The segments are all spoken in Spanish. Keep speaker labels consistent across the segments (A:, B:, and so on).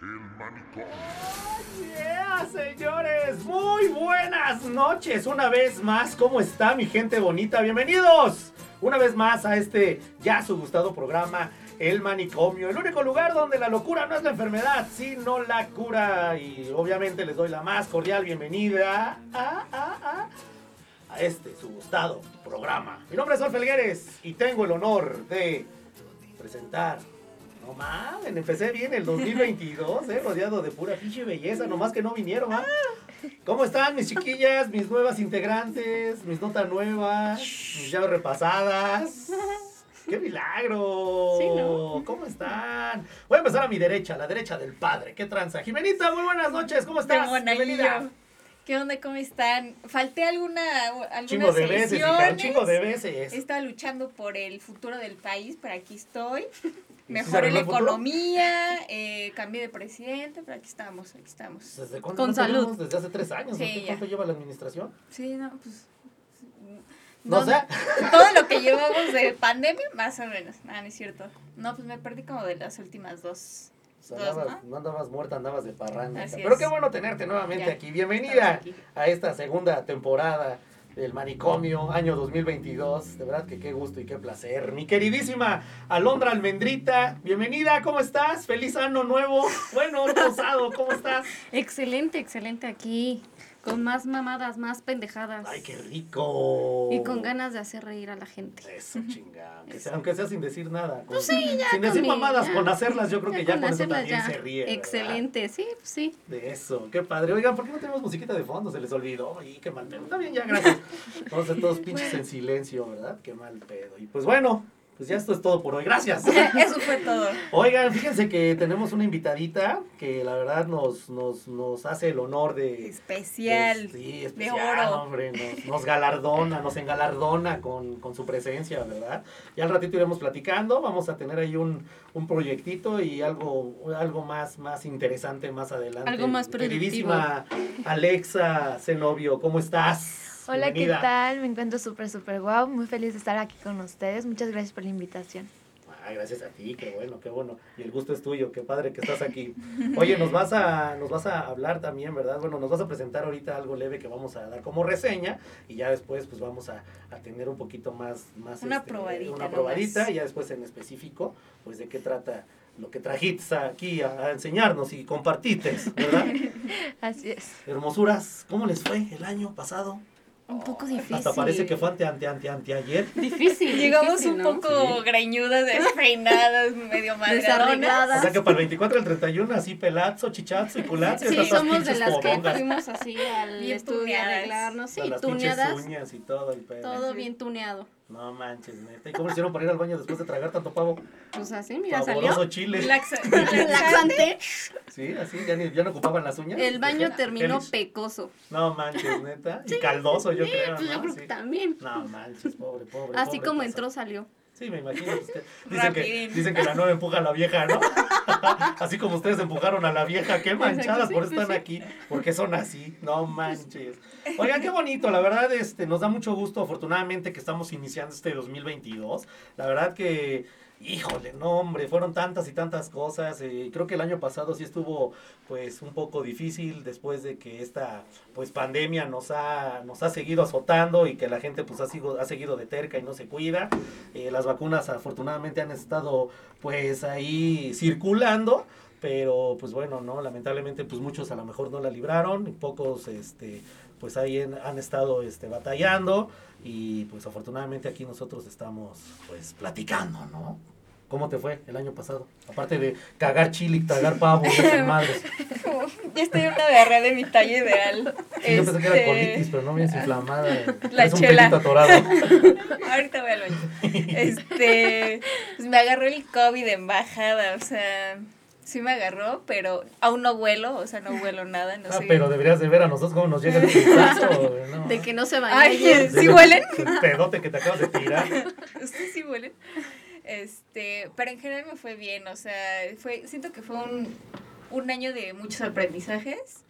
A: El manicomio.
B: Yeah, señores, muy buenas noches. Una vez más, ¿cómo está mi gente bonita? Bienvenidos una vez más a este ya su gustado programa, El Manicomio, el único lugar donde la locura no es la enfermedad, sino la cura. Y obviamente les doy la más cordial bienvenida a, a- a- a este su gustado programa. Mi nombre es Sol Felgueres y tengo el honor de presentar. No mames, empecé bien el 2022, eh, rodeado de pura pinche belleza, nomás que no vinieron, ¿ah? ¿Cómo están mis chiquillas, mis nuevas integrantes, mis notas nuevas, mis llaves repasadas? ¡Qué milagro!
C: Sí, ¿no?
B: ¿Cómo están? Voy a empezar a mi derecha, a la derecha del padre. ¿Qué tranza? Jimenita, muy buenas noches, ¿cómo estás?
C: Demonalillo. ¿Qué onda? ¿Cómo están? Falté alguna, algunas
B: Chingo de veces, hija, un
C: sesiones.
B: chingo de veces.
C: Estaba luchando por el futuro del país, pero aquí estoy.
B: se
C: Mejoré
B: arregló
C: la
B: el futuro?
C: economía, eh, cambié de presidente, pero aquí estamos, aquí estamos.
B: ¿Desde cuándo?
D: Con
B: nos
D: salud.
B: tenemos? Desde hace tres años.
C: Sí,
B: ¿no? ¿Qué
C: ya.
B: ¿Cuánto lleva la administración?
C: Sí, no, pues...
B: No, sé.
C: Todo lo que llevamos de pandemia, más o menos. Nada, no es cierto. No, pues me perdí como de las últimas dos.
B: O sea,
C: Dos,
B: andabas-
C: ¿no?
B: ¿no? andabas muerta, andabas de parranda.
C: Así
B: hija. Pero
C: es.
B: qué bueno tenerte nuevamente
C: Ya,
B: aquí. Bienvenida
C: estamos aquí.
B: a esta segunda temporada del manicomio, año 2022. De verdad que qué gusto y qué placer. Mi queridísima Alondra Almendrita, bienvenida, ¿cómo estás? Feliz año nuevo. Bueno, posado, ¿cómo estás?
D: Excelente, excelente aquí. Con más mamadas, más pendejadas.
B: Ay, qué rico.
D: Y con ganas de hacer reír a la gente.
B: Eso, chinga. Aunque sea, aunque sea sin decir nada. con- sin
D: con
B: decir
D: mi-
B: mamadas,
D: ya.
B: con hacerlas, yo creo que ya
D: con
B: con eso
D: hacerlas
B: también
D: ya.
B: se ríe. ¿verdad?
D: Excelente, sí, sí.
B: De eso, qué padre. Oigan, ¿por qué no tenemos musiquita de fondo? Se les olvidó. Y qué mal pedo. Está bien, ya, gracias. Vamos a todos pinches en silencio, ¿verdad? Qué mal pedo. Y pues bueno, pues ya esto es todo por hoy. Gracias.
C: Eso fue todo.
B: Oigan, fíjense que tenemos una invitadita que la verdad nos, nos, nos hace el honor de...
C: Especial.
B: de- sí,
C: de
B: especial,
C: oro.
B: hombre, nos, nos galardona, nos engalardona con, con su presencia, ¿verdad? Ya al ratito iremos platicando, vamos a tener ahí un, un proyectito y algo, algo más, más interesante más adelante.
D: Algo más productivo.
B: Queridísima Alexa Zenobio, ¿cómo estás?
E: Hola, ¿qué
B: Bienvenida.
E: tal? Me encuentro súper, súper guau. Muy feliz de estar aquí con ustedes. Muchas gracias por la invitación.
B: Ay, gracias a ti, qué bueno, qué bueno. Y el gusto es tuyo, qué padre que estás aquí. Oye, nos vas a, nos vas a hablar también, ¿verdad? Bueno, nos vas a presentar ahorita algo leve que vamos a dar como reseña y ya después pues vamos a, a tener un poquito más, más este,
C: Una probadita
B: una
C: nomás.
B: probadita y ya después en específico, pues de qué trata lo que trajiste aquí a, a enseñarnos y compartiste, ¿verdad?
E: Así es.
B: Hermosuras, ¿cómo les fue el año pasado?
E: Un poco difícil.
B: Hasta parece que fue ante ante ante anteayer.
D: Difícil.
C: Llegamos
D: difícil,
C: un
D: ¿no?
C: poco greñudas, despeinadas, medio madreadonas.
B: O
D: Desarregladas.
B: sea que para el 24 al 31 así pelazzo, chichazo y culazo.
D: Sí,
B: estas
D: somos de
B: pinches
D: las que
B: porongas.
D: fuimos así al
C: Bien
D: estudio a
C: tuneadas.
D: arreglarnos. Sí,
B: Hasta las pinches
D: tuneadas.
B: uñas y todo el pedo.
D: Todo bien tuneado.
B: No manches, neta. ¿Y cómo le hicieron para ir al baño después de tragar tanto pavo?
D: Pues así, mira,
B: Pavoroso
D: salió.
B: chile.
C: Laxa-
D: Laxante.
B: Sí, así, ya, ni- ya no ocupaban las uñas.
D: El baño terminó
B: Gelish.
D: pecoso.
B: No manches, neta. Y caldoso, yo creo.
D: Pues yo
B: ¿no?
D: creo
B: Sí.
D: que también.
B: No manches, pobre, pobre.
D: Así
B: pobre
D: como
B: cosa.
D: entró, salió.
B: Sí, me imagino. pues, que- dicen, que,
C: Rapidín.
B: dicen que la nueva empuja a la vieja, ¿no? Así como ustedes empujaron a la vieja, qué manchadas por eso están aquí, porque son así, no manches. Oigan, qué bonito, la verdad, este, nos da mucho gusto, afortunadamente, que estamos iniciando este 2022. La verdad que, híjole, no, hombre, fueron tantas y tantas cosas. eh, creo que el año pasado sí estuvo, pues, un poco difícil después de que esta, pues, pandemia nos ha, nos ha seguido azotando y que la gente, pues, ha, sigo, ha seguido de terca y no se cuida. Eh, las vacunas afortunadamente han estado pues ahí circulando, pero pues bueno, no, lamentablemente pues muchos a lo mejor no la libraron, y pocos este pues ahí en- han estado este batallando y pues afortunadamente aquí nosotros estamos pues platicando, ¿no? ¿Cómo te fue el año pasado? Aparte de cagar chile y cagar pavo, no sé, madres.
C: Ya estoy en una diarrea de mi talla ideal.
B: Yo pensé que era
C: Este,
B: colitis, pero no vienes inflamada.
C: La
B: es un
C: chela.
B: pelito atorado.
C: Ahorita voy al baño. Este, pues me agarró el COVID en bajada, o sea, sí me agarró, pero aún no vuelo, o sea, no vuelo nada, no
B: Ah,
C: sé.
B: pero deberías de ver a nosotros cómo nos llega el putazo, güey, no.
D: De que no se bañó.
C: Ay,
D: ayer.
C: ¿sí huelen?
B: El pedote que te acabas de tirar.
C: Ustedes sí huelen. Este, pero en general me fue bien, o sea, fue, siento que fue un, un año de muchos aprendizajes,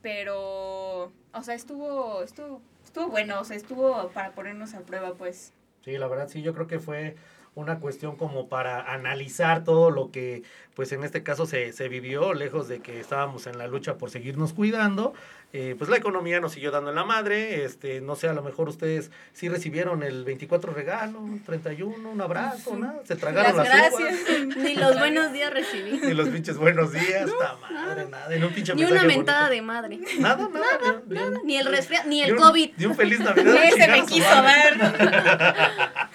C: pero, o sea, estuvo, estuvo, estuvo bueno, o sea, estuvo para ponernos a prueba, pues.
B: Sí, la verdad sí, yo creo que fue una cuestión como para analizar todo lo que, pues en este caso se, se vivió, lejos de que estábamos en la lucha por seguirnos cuidando, eh, pues la economía nos siguió dando en la madre, este, no sé, a lo mejor ustedes sí recibieron el 24 regalo, un 31, un abrazo, nada, se tragaron las,
C: Las
B: uvas,
C: gracias.
D: Ni los buenos días recibí.
B: ni los pinches buenos días, ta madre, nada, en un pinche
D: Ni una
B: mensaje
D: mentada
B: bonito.
D: de madre.
B: Nada, nada, bien, bien.
D: Ni el resfriado, ni
B: Ni
D: el
B: un-
D: COVID.
B: Ni un feliz Navidad.
C: Nadie se
B: chingar a
C: me
B: su
C: quiso
B: madre.
C: dar.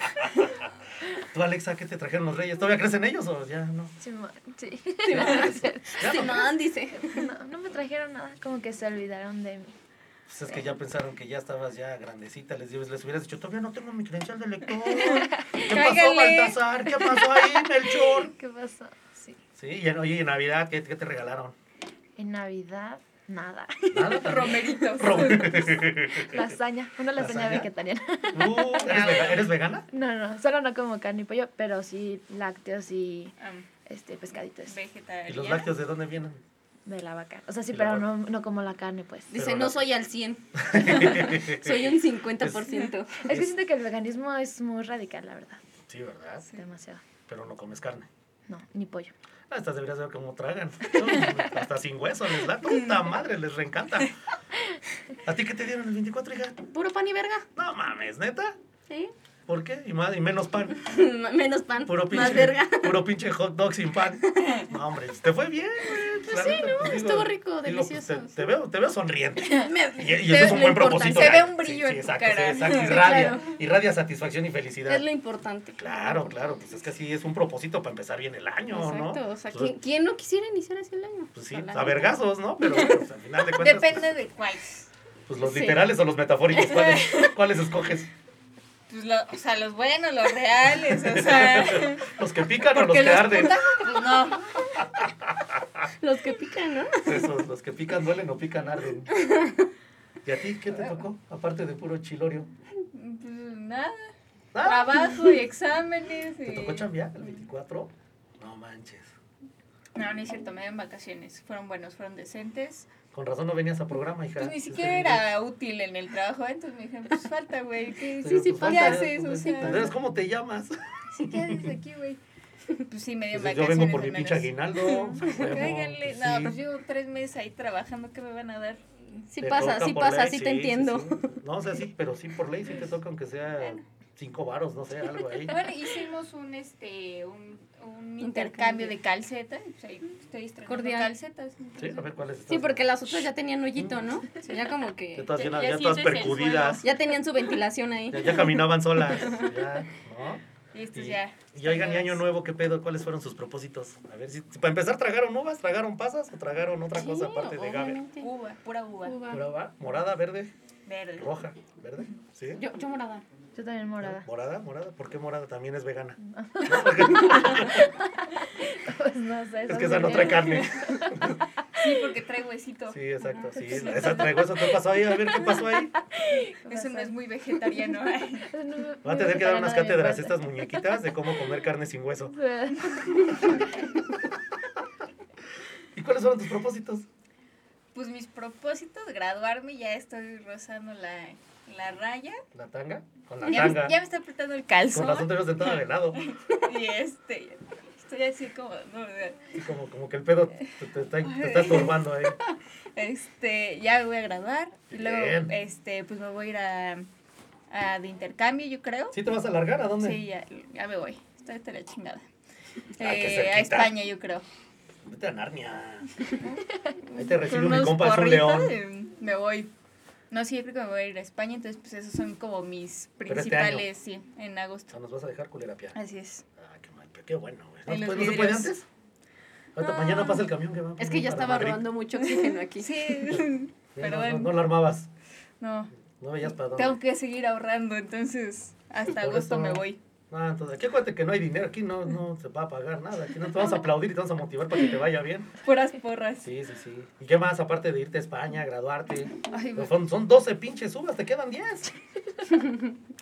B: Tú, Alexa, ¿qué te trajeron los reyes? ¿Todavía crecen ellos o ya no?
E: Simón, sí.
B: Ya no.
D: Simón dice.
E: No, no me trajeron nada, como que se olvidaron de mí.
B: Pues es que ya pensaron que ya estabas ya grandecita, les, dices- les hubieras dicho, todavía no tengo mi credencial de lector. ¿Qué pasó,
C: Cáigale.
B: Baltasar? ¿Qué pasó ahí, Melchor?
E: ¿Qué pasó? Sí.
B: Sí, y en, oye, ¿y en Navidad, ¿qué, qué te regalaron?
E: En Navidad, nada.
B: Nada. también.
C: Romeritos.
E: Lasaña, una lasaña,
B: ¿Lasaña?
E: vegetariana.
B: Uh, ¿eres, vega- eres vegana?
E: No, no, solo no como carne y pollo, pero sí lácteos y
C: Am,
E: este pescaditos
B: ¿Y los
C: Vegetariana.
B: lácteos de dónde vienen?
E: de la vaca. O sea, sí,
B: Y la
E: pero no, no como la carne, pues.
D: Dice,
B: Pero
D: no
B: la-
D: soy al 100. Soy un 50%.
E: Es que siento que el veganismo es muy radical, la verdad.
B: Sí, ¿verdad?
E: Demasiado.
B: Pero no comes carne.
E: No, ni pollo.
B: Ah, Estas deberías ver cómo tragan. Hasta sin hueso, les da puta madre, les reencanta. ¿A ti qué te dieron el 24, hija?
D: Puro pan y verga.
B: No mames, ¿neta?
D: ¿Sí?
B: ¿Por qué? Y, más, y menos pan.
D: Menos pan.
B: Puro pinche,
D: Más verga.
B: puro pinche hot dog sin pan. No, hombre, te fue bien, güey.
D: Pues sí, ¿no? Estuvo rico,
B: pues,
D: delicioso,
B: te,
D: sí.
B: te veo, te veo sonriente.
D: Me-
B: Y, y
D: te-
B: eso es un
D: lo
B: buen
D: importante.
B: propósito.
C: Se ve
B: ¿verdad?
C: un brillo en tu
B: exacto,
C: cara.
B: sí, exacto,
D: Sí,
B: irradia,
D: claro.
B: irradia satisfacción y felicidad.
D: Es lo importante.
B: Claro, claro, pues es que así es un propósito para empezar bien el año, ¿no?
D: Exacto. O sea,
B: Pues,
D: ¿quién, quién no quisiera iniciar así el año?
B: pues sí,
D: O sea, la
B: a
D: neta.
B: vergazos, ¿no? Pero bueno, pues, al final de cuentas, pues,
C: Depende de cuáles.
B: pues, los
D: Sí.
B: literales o los metafóricos, ¿cuáles, cuáles escoges?
C: Pues lo- o sea, los buenos, los reales, o sea.
B: ¿Los que pican o los
C: porque
B: que arden?
C: putas, pues no.
D: Los que pican, ¿no?
B: Esos, los que pican duelen o pican arden. ¿Y a ti qué te tocó? Aparte de puro chilorio.
C: Pues nada.
B: Ah,
C: Trabajo y exámenes.
B: ¿Te
C: Y...
B: tocó chambear el 24? No manches.
C: No, no es cierto, me dieron vacaciones. Fueron buenos, fueron decentes.
B: Con razón no venías a programa, hija.
C: Pues ni
B: Este,
C: siquiera era útil en el trabajo, entonces me dijeron, pues falta, güey. ¿qué- Sí,
B: pero,
C: sí,
B: pues,
C: ¿qué
B: falta,
C: haces? O
B: pues,
C: sea,
B: entonces, ¿Cómo te llamas?
C: sí, ¿qué haces aquí, güey? Pues sí, me dieron
B: Pues, yo
C: vacaciones.
B: vengo por mi
C: hermanos.
B: pinche aguinaldo. pues, huevo,
C: Cáiganle.
B: pues,
C: No,
B: sí.
C: pues llevo tres meses ahí trabajando, ¿qué me van a dar?
D: Sí
B: Te
D: pasa,
B: toca
D: sí
B: por
D: pasa,
B: ley,
D: sí
B: sí,
D: te entiendo.
B: sí, sí. No, o sea, sí, pero sí por ley sí te toca, aunque sea cinco varos, no sé, algo ahí.
C: Bueno, hicimos un este un, un
D: Intercambio.
C: intercambio de calcetas. Pues ahí estoy estrenando
D: Cordial.
C: calcetas.
B: Sí, a ver cuáles
D: Sí,
B: estás-
D: porque las otras ya tenían hoyito, ¿no? Ya como que.
B: Ya todas, bien-
D: ya
B: ya todas
D: sientes el
B: percudidas.
D: suelo. Ya tenían su ventilación ahí.
B: Ya, ya caminaban solas. Ya, ¿no?
C: Y estos
B: Y-
C: Pues ya.
B: Y oigan, y año nunuevo, ¿qué pedo? ¿Cuáles fueron sus propósitos? A ver, si, si para empezar, ¿tragaron uvas? ¿Tragaron pasas? ¿O tragaron otra cosa aparte de Gaber?
D: obviamente.
C: Uva, pura uva.
D: Uva.
B: Pura uva, ¿Morada, verde,
C: Verde.
B: roja, verde? ¿Sí?
D: Yo, yo morada.
E: Yo también morada.
B: ¿Morada? ¿Morada? ¿Por qué morada? También es vegana.
E: Pues no sé.
B: es
E: esas
B: que esa no
E: verían.
B: trae carne.
C: Sí, porque trae huesito.
B: Sí, exacto. Sí, esa trae hueso. ¿Qué pasó ahí? A ver, ¿qué pasó ahí?
C: Eso no es muy vegetariano. ¿eh? Ay,
E: Eso no-
B: Va a
E: muy
B: tener que dar unas
E: vegetariano
B: cátedras
E: de mi
B: estas muñequitas de cómo comer carne sin hueso.
E: parte.
B: ¿Y cuáles fueron tus propósitos?
C: Pues mis propósitos, graduarme, ya estoy rozando la, la raya.
B: ¿La tanga? Con la
C: Ya me,
B: tanga.
C: ya me está apretando el
B: Con
C: calzón.
B: razón te veo sentada de lado.
C: Y este, estoy así como, no,
B: Y como, como que el pedo te, te está, te está turbando ¿eh? ahí.
C: este, ya me voy a graduar. Y luego,
B: Bien.
C: este, pues me voy a ir a, a de intercambio, yo creo.
B: ¿Sí te vas a alargar? ¿A dónde?
C: Sí, ya, ya me voy. Estoy hasta la chingada.
B: Ah, qué
C: Eh,
B: cerquita.
C: a España, yo creo.
B: Vete a Narnia. Ahí te recibe
C: Con
B: mi
C: unos
B: compa, es un
C: porritos,
B: león.
C: eh, Me voy. No, sí, yo creo que me voy a ir a España, entonces pues esos son como mis
B: Pero este
C: principales, sí, en
B: O
C: agosto.
B: sea, nos vas a dejar culerapia.
C: Así es.
B: Ah, qué mal, pero qué bueno, güey.
C: En
B: ¿No,
C: los
B: pues, ¿no se puede
C: vidrios.
B: antes? Ahorita
C: Ah.
B: mañana pasa el camión que va.
D: Es que ya
B: para
D: estaba
B: Madrid.
D: robando mucho oxígeno aquí.
C: Sí,
B: Sí,
C: pero
B: no,
C: bueno.
B: No, no lo armabas.
C: no,
B: No veías para dónde.
C: tengo que seguir ahorrando, entonces hasta
B: Por
C: agosto
B: eso.
C: me voy.
B: Ah, entonces aquí acuérdate que no hay dinero, aquí no, no se va a pagar nada, aquí no te vamos a aplaudir y te vamos a motivar para que te vaya bien.
C: Puras porras.
B: Sí, sí, sí. ¿Y qué más aparte de irte a España, graduarte?
C: Ay, güey.
B: Son, son 12 pinches uvas, te quedan 10.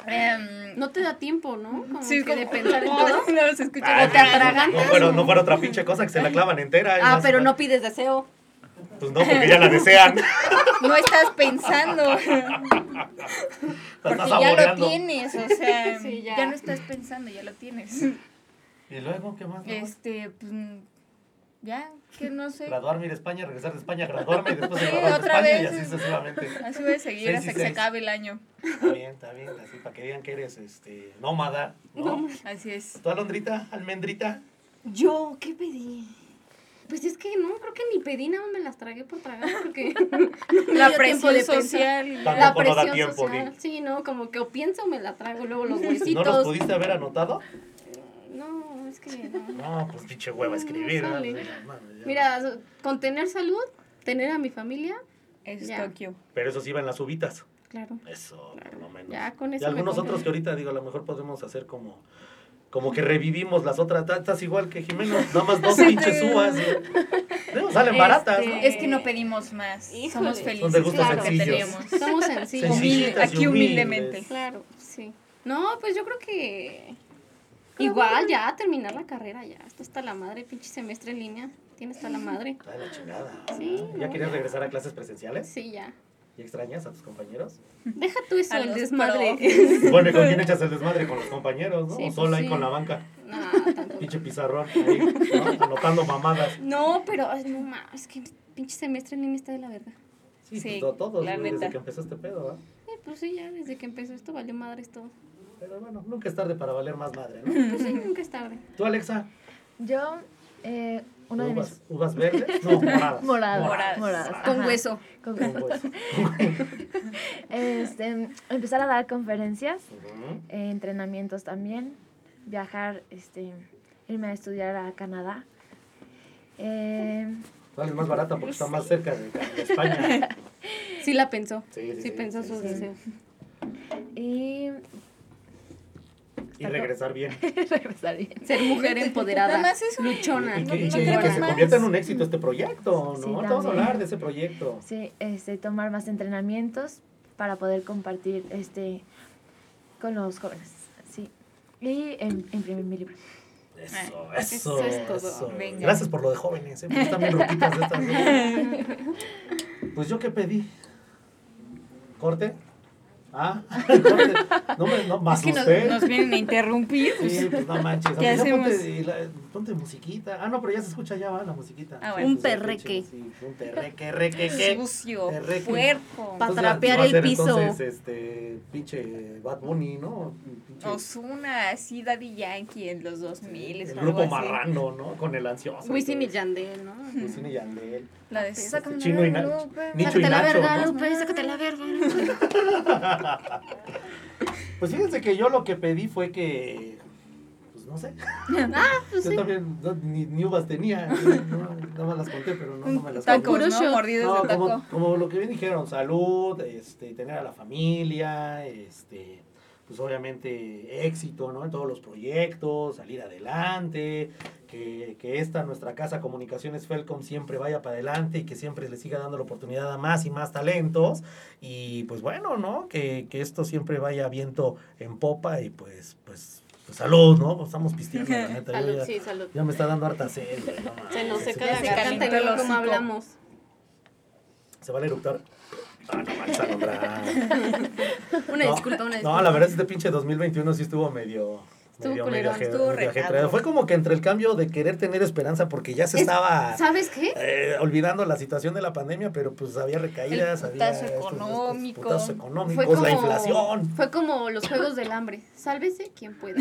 C: Em,
D: No te da tiempo, ¿no? Como
C: sí,
D: que
C: como-
D: de pensar en
C: no,
D: todo.
C: no, se escucha.
B: Ah,
D: Ay, O te atragantas.
B: No, pero no para otra pinche cosa que se la clavan entera. y
D: Ah,
B: más-
D: pero no pides deseo.
B: Pues no, porque ya la desean. La
C: No estás pensando. Porque
B: estás
C: ya lo
B: saboreando.
C: tienes, o sea,
D: Sí,
C: ya.
D: ya.
C: no estás pensando, ya lo tienes.
B: Y luego, ¿qué más? no?
C: Este, pues, ya, que no sé.
B: Graduarme, ir a España, regresar de España, graduarme y después
C: Sí,
B: graduarme de
C: otra
B: España y
C: vez.
B: así sucesivamente.
C: Así voy a
B: Seis
C: seguir
B: y
C: hasta que se
B: seis.
C: acabe el año.
B: Está bien, está bien, así para que digan que eres este, nómada. ¿no? Pues,
C: Así es.
B: ¿Tú, Alondrita? ¿Almendrita?
D: ¿Yo qué pedí? Pues es que no, creo que ni pedí, nada más me las tragué por tragar porque
C: La
D: dio tiempo
C: presión
D: de pensar.
C: social.
B: Tampoco
D: la
B: no da
D: presión
B: tiempo,
D: social.
B: Vic.
D: Sí, no, como que o pienso o me la trago, luego los
B: ¿No los
D: huesitos.
B: pudiste haber anotado?
D: No, es que no.
B: No, pues pinche hueva escribir.
D: No
B: ¿no?
D: sale.
B: Ya, mames, ya.
D: Mira, so- con tener salud, tener a mi familia,
C: Es
D: Ya.
C: Tokio.
B: Pero eso sí va en las ubitas.
D: claro.
B: Eso, por lo menos.
D: Ya, con
B: y
D: eso me
B: algunos
D: compro.
B: otros que ahorita, digo, a lo mejor podemos hacer como... Como que revivimos las otras, Ta- estás igual que Jimeno, nada más dos pinches uvas. No, salen baratas, ¿no?
D: Este,
C: Es que no pedimos más.
D: Híjole.
C: Somos
B: Son de
C: felices
B: gustos
C: con lo que
B: sencillos.
C: tenemos.
D: Somos sencillos.
B: Sencillo.
C: Humilde,
B: Sencillitas y
C: aquí humildemente.
B: humildes.
D: Claro, sí. No, pues yo creo que igual ya terminar la carrera ya. Esto está la madre, pinche semestre en línea. Tiene hasta la madre.
B: Ay, la chingada.
D: Sí,
B: ¿Ya
D: no,
B: querías
D: ya.
B: regresar a clases presenciales?
D: Sí, ya.
B: ¿Y extrañas a tus compañeros?
D: Deja tú eso,
C: A
D: el
C: los
D: desmadre.
B: Bueno, ¿y con quién echas el desmadre? Con los compañeros, ¿no?
D: Sí,
B: o sola
D: pues
B: ahí
D: sí.
B: con la banca.
D: No, tampoco.
B: Pinche pizarrón ahí, ¿no? Anotando mamadas.
D: No, pero ay, no más, es que pinche semestre en línea está de la verga.
B: Sí,
C: Sí,
B: pues, no todos,
C: la
B: güey,
C: neta.
B: desde que empezó este pedo, ¿verdad?
D: Eh, pues sí, ya desde que empezó esto valió madre esto.
B: Pero bueno, nunca es tarde para valer más madre, ¿no?
D: Pues sí, nunca es tarde.
B: ¿Tú, Alexa?
E: Yo, eh, uno de
B: ¿Uvas,
E: mis...
B: uvas verdes? No, moradas.
E: Moradas.
C: Moradas.
E: Moradas.
D: Con
E: ajá.
D: hueso.
E: Con
B: Con
E: hueso.
B: hueso.
E: Este, empezar a dar conferencias,
B: Ujú.
E: eh, entrenamientos también, viajar, este, irme a estudiar a Canadá. Eh,
B: Vale, es más barata porque está más cerca de, de España.
D: Sí la pensó.
B: Sí,
D: Sí,
B: sí, sí,
D: pensó
B: sí,
D: sus
B: sí.
D: deseos.
E: y
B: Y regresar bien.
E: regresar bien.
D: Ser mujer empoderada.
C: Nada más eso.
D: Luchona.
B: Y que, y
C: no
B: que- y
C: creo
B: que
C: que
B: se
C: más.
B: convierta en un éxito este proyecto, ¿no?
E: Sí,
B: Ahorita vamos a
E: también.
B: hablar de ese proyecto.
E: Sí, este, tomar más entrenamientos para poder compartir este, con los jóvenes. Sí. Y em- imprimir mi libro.
B: Eso,
D: eso
B: eso,
D: es todo.
B: eso.
C: Venga.
B: Gracias por lo de jóvenes, ¿eh? Porque están bien ruquitas de estas. ¿no? Pues yo qué pedí. ¿Corte? Ah, corte. No, me, no más
C: Es que nos,
B: usted.
C: nos vienen a interrumpir.
B: Sí, pues no manches.
C: ¿Qué
B: Aunque sea
C: hacemos?
B: Ponte, la- ponte musiquita. Ah, no, pero ya se escucha ya va la musiquita.
C: Ah, bueno. pues, Un
B: Sí, pues, sí, sí,
D: perreque.
B: Sí, un perreque, reque, que.
C: Sucio,
B: Terrequio.
C: puerco,
D: Pa-
B: Entonces,
D: trapear
B: va a
D: el
B: ser,
D: piso.
B: Entonces, este, pinche Bad Bunny, ¿no? Pinche-
C: Ozuna, así Daddy Yankee en los 2000.
B: el
C: o algo
B: grupo
C: así.
B: marrano, ¿no? Con el ansioso.
D: Wisin y Yandel, ¿no?
B: Wisin y Yandel.
C: La de
B: Este,
C: Sácame
B: Chino y
C: la
B: Nacho.
C: Lupe.
B: Nicho y
D: Sácate la
B: Nacho,
D: verga,
B: ¿no?
D: Lupe, sácate la verga.
B: Pues fíjense que yo lo que pedí fue que. Pues no sé.
D: Ah, pues
B: yo
D: sí.
B: también no, ni, ni uvas tenía. No, nada más las conté, pero no, no me las
C: Tacos,
B: conté.
C: ¿no?
D: Kuroshio.
C: Mordidas
B: No,
C: de taco.
B: como, como lo que bien dijeron, salud, este, tener a la familia, este, pues obviamente éxito, ¿no? En todos los proyectos, salir adelante, que, que esta nuestra casa Comunicaciones Felcom siempre vaya para adelante y que siempre le siga dando la oportunidad a más y más talentos. Y pues bueno, ¿no? Que, que esto siempre vaya viento en popa y pues, pues, pues salud, ¿no? Estamos pisteando, la neta. yo
D: Salud,
B: ya,
D: sí, salud.
B: ya me está dando harta sed, güey, no mames.
D: Se nos seca
C: Ya
D: la
C: se
D: garganta y
C: calentó el
D: luego como
C: hocico.
D: hablamos.
B: Se va a eructar. Ah, no manches, Alondra.
D: Una
B: No,
D: disculpa, una disculpa.
B: No, la verdad este pinche 2021 sí estuvo medio...
D: Estuvo
B: medio,
D: culerón,
B: aje-
C: estuvo retado.
B: ajetreado. Fue como que entre el cambio de querer tener esperanza porque ya se
D: Es-
B: estaba
D: ¿Sabes qué?
B: eh, olvidando la situación de la pandemia, pero pues había recaídas,
C: El
B: había
C: putazo
B: estos- estos
C: económico.
B: putazos económicos, la inflación.
D: Fue como los juegos del hambre. Sálvese quien pueda.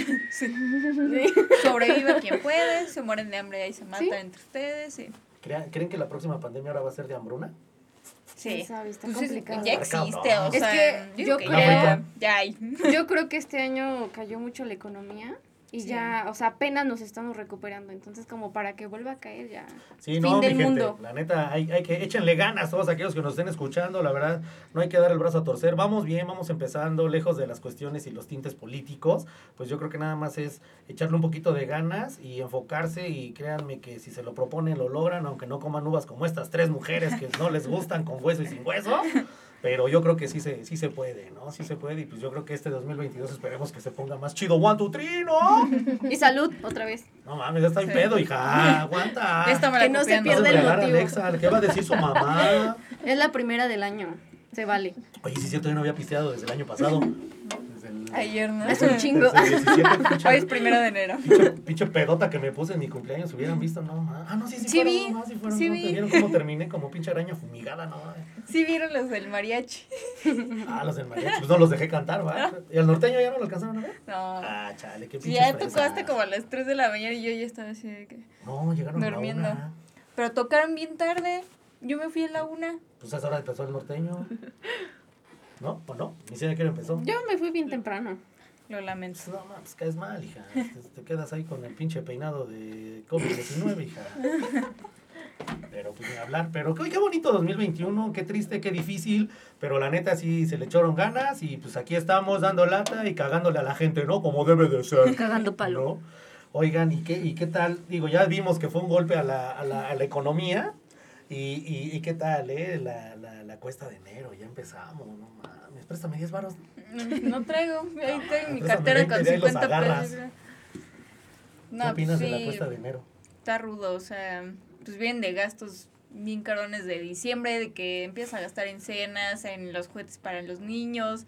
C: Sobrevive quien puede, se mueren de hambre y se matan
D: Sí.
C: entre ustedes. Sí.
B: ¿Crea- ¿Creen que la próxima pandemia ahora va a ser de hambruna?
D: Sí, sabe, está
C: Pues es-
D: complicado.
C: ya
B: Está
C: existe,
B: cabrón.
C: o
D: Es
C: sea,
D: que yo
C: que
D: creo-
C: ya, ya hay.
D: Yo creo que este año cayó mucho la economía Y ya, o sea, apenas nos estamos recuperando. Entonces, como para que vuelva a caer ya.
B: Sí,
D: Fin
B: no,
D: del
B: mi gente,
D: mundo.
B: la neta, hay, hay que échenle ganas todos aquellos que nos estén escuchando, la verdad, no hay que dar el brazo a torcer, vamos bien, vamos empezando, lejos de las cuestiones y los tintes políticos, pues yo creo que nada más es echarle un poquito de ganas y enfocarse y créanme que si se lo proponen lo logran, aunque no coman uvas como estas tres mujeres que no les gustan con hueso y sin hueso, pero yo creo que sí se, sí se puede, ¿no? Sí se puede y pues yo creo que este 2022 esperemos que se ponga más chido, one, two, three, ¿no?
D: Y salud, otra vez.
B: No mames, ya está en
C: Sí.
B: pedo, hija, aguanta.
C: Ya está
D: que no
C: malacopiando.
D: se
B: Vamos
D: pierda
B: a
D: el
B: regalar a
D: motivo.
B: Alexa, ¿qué va a decir su mamá?
D: Es la primera del año. Se vale.
B: Oye, sí, es cierto, yo no había pisteado desde el año pasado. Desde el,
C: Ayer, ¿no?
D: Es un chingo.
B: desde el 17,
C: Hoy
B: pinche,
C: es primero de enero.
B: pinche- pinche pedota que me puse en mi cumpleaños, hubieran visto, no, ma. Ah, no, sí, sí,
C: Sí
B: fueron,
C: vi,
B: no, sí fueron,
C: sí
B: no,
C: vi.
B: ¿Te vieron cómo terminé como pinche araña fumigada, no.
C: Sí vieron los del mariachi.
B: Ah, los del mariachi, pues no los dejé cantar, va. Y al norteño ya no lo alcanzaron a ver.
C: No.
B: Ah, chale, qué
C: Sí,
B: pinche
C: ya tocó
B: fresas.
C: hasta como a las 3 de la mañana y yo ya estaba así de que...
B: No, llegaron
C: durmiendo.
B: a la una.
C: Pero tocaron bien tarde. Yo me fui a la una.
B: Pues a esa hora empezó el norteño. ¿No? ¿O no? Ni siquiera que hora empezó.
D: Yo me fui bien temprano.
C: Lo lamento.
B: Pues, No mames, caes mal, hija. Te, te quedas ahí con el pinche peinado de COVID-19, hija. Pero pues ni hablar. Pero qué, qué bonito 2021, qué triste, qué difícil. Pero la neta sí se le echaron ganas y pues aquí estamos dando lata y cagándole a la gente, ¿no? Como debe de ser.
D: Cagando palo.
B: ¿no? Oigan, ¿y qué, ¿y qué tal? Digo, ya vimos que fue un golpe a la, a la, a la economía. Y, y, y qué tal, eh? La, la, la cuesta de enero, ya empezamos, no mames. Préstame 10 varos. Mm,
C: No traigo. Ahí tengo mi
B: Entonces,
C: cartera con
B: veinte, de ahí los
C: 50 pesos.
B: agarras.
C: No,
B: ¿Qué opinas
C: pues
B: de la
C: sí,
B: cuesta de enero?
C: está rudo. O sea, pues vienen de gastos bien carones de diciembre, de que empiezas a gastar en cenas, en los juguetes para los niños,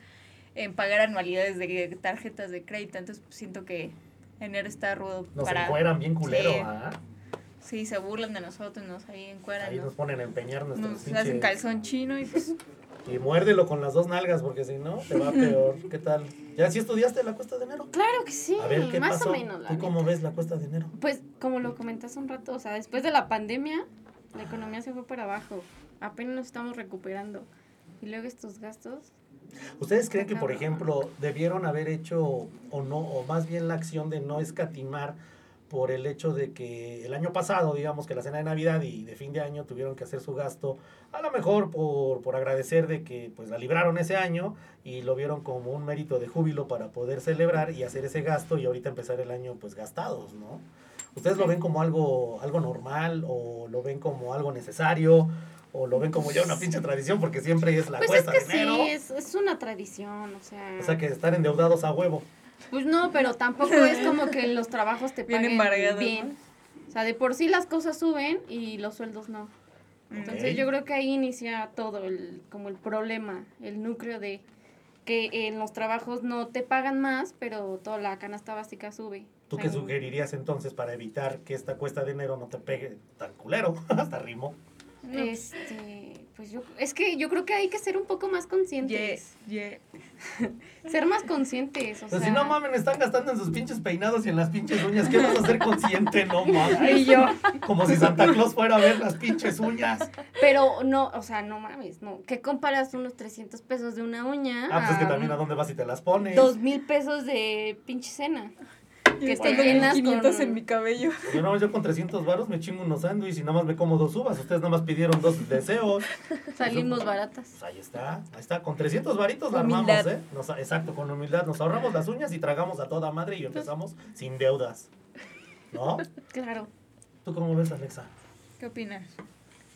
C: en pagar anualidades de tarjetas de crédito. Entonces pues, siento que enero está rudo
B: Nos
C: para...
B: encueran bien culero,
C: Sí.
B: ¿ah?
C: Sí, se burlan de nosotros, nos ahí encueran,
B: Ahí nos
C: nos,
B: ponen a empeñar nuestros
C: nos
B: pinches-
C: hacen calzón chino y pues...
B: Y muérdelo con las dos nalgas, porque si no, te va peor. ¿Qué tal? ¿Ya sí estudiaste la cuesta de enero?
D: Claro que sí,
B: A ver, ¿qué
D: más
B: pasó?
D: o menos. la
B: ¿Tú cómo ves la cuesta de enero?
D: Pues como lo comentaste un rato, o sea, después de la pandemia, la economía se fue para abajo. Apenas nos estamos recuperando. Y luego estos gastos.
B: ¿Ustedes creen que, por
D: Cabrón.
B: ejemplo, debieron haber hecho o no, o más bien la acción de no escatimar por el hecho de que el año pasado, digamos que la cena de Navidad y de fin de año tuvieron que hacer su gasto, a lo mejor por, por agradecer de que pues la libraron ese año y lo vieron como un mérito de júbilo para poder celebrar y hacer ese gasto y ahorita empezar el año pues gastados, ¿no? ¿Ustedes lo ven como algo, algo normal o lo ven como algo necesario o lo ven como ya una pinche tradición porque siempre es la
D: Pues es
B: cuesta
D: que
B: de enero?
D: sí, es, es una tradición, o sea.
B: O sea, que estar endeudados a huevo.
D: Pues no, pero tampoco es como que los trabajos te
C: Bien
D: paguen
C: embargados,
D: bien. O sea, de por sí las cosas suben y los sueldos no. Entonces
B: Ok.
D: yo creo que ahí inicia todo el, como el problema, el núcleo de que en los trabajos no te pagan más, pero toda la canasta básica sube.
B: ¿Tú
D: O
B: qué
D: sea,
B: sugerirías entonces para evitar que esta cuesta de enero no te pegue tan culero? Hasta rimo.
C: no,
D: Este, pues yo, es que yo creo que hay que ser un poco más conscientes.
C: ye-
D: Ser más conscientes, o
B: Pero
D: sea.
B: Pues si no mamen, están gastando en sus pinches peinados y en las pinches uñas. ¿Qué vas a hacer consciente? No mames.
D: Y yo,
B: Como si Santa Claus fuera a ver las pinches uñas.
D: pero no, o sea, no mames, no. ¿Qué comparas unos 300 pesos de una uña?
B: Ah, pues es que
D: a
B: también a dónde vas y te las pones.
D: dos mil pesos de pinche cena.
C: Que
D: Que
C: estoy
D: te
C: con
D: llenas
C: 500
D: con-
C: en mi cabello.
B: Yo no, yo con 300 varos me chingo unos sándwiches y nada más me como dos uvas. Ustedes nada más pidieron dos deseos.
D: Salimos baratas.
B: Pues ahí está, ahí está. Con 300 varitos la armamos,
C: Humildad.
B: ¿eh? Nos- exacto, con humildad. Nos ahorramos las uñas y tragamos a toda madre y empezamos sin deudas. ¿No?
D: Claro.
B: ¿Tú cómo ves, Alexa?
C: ¿Qué opinas?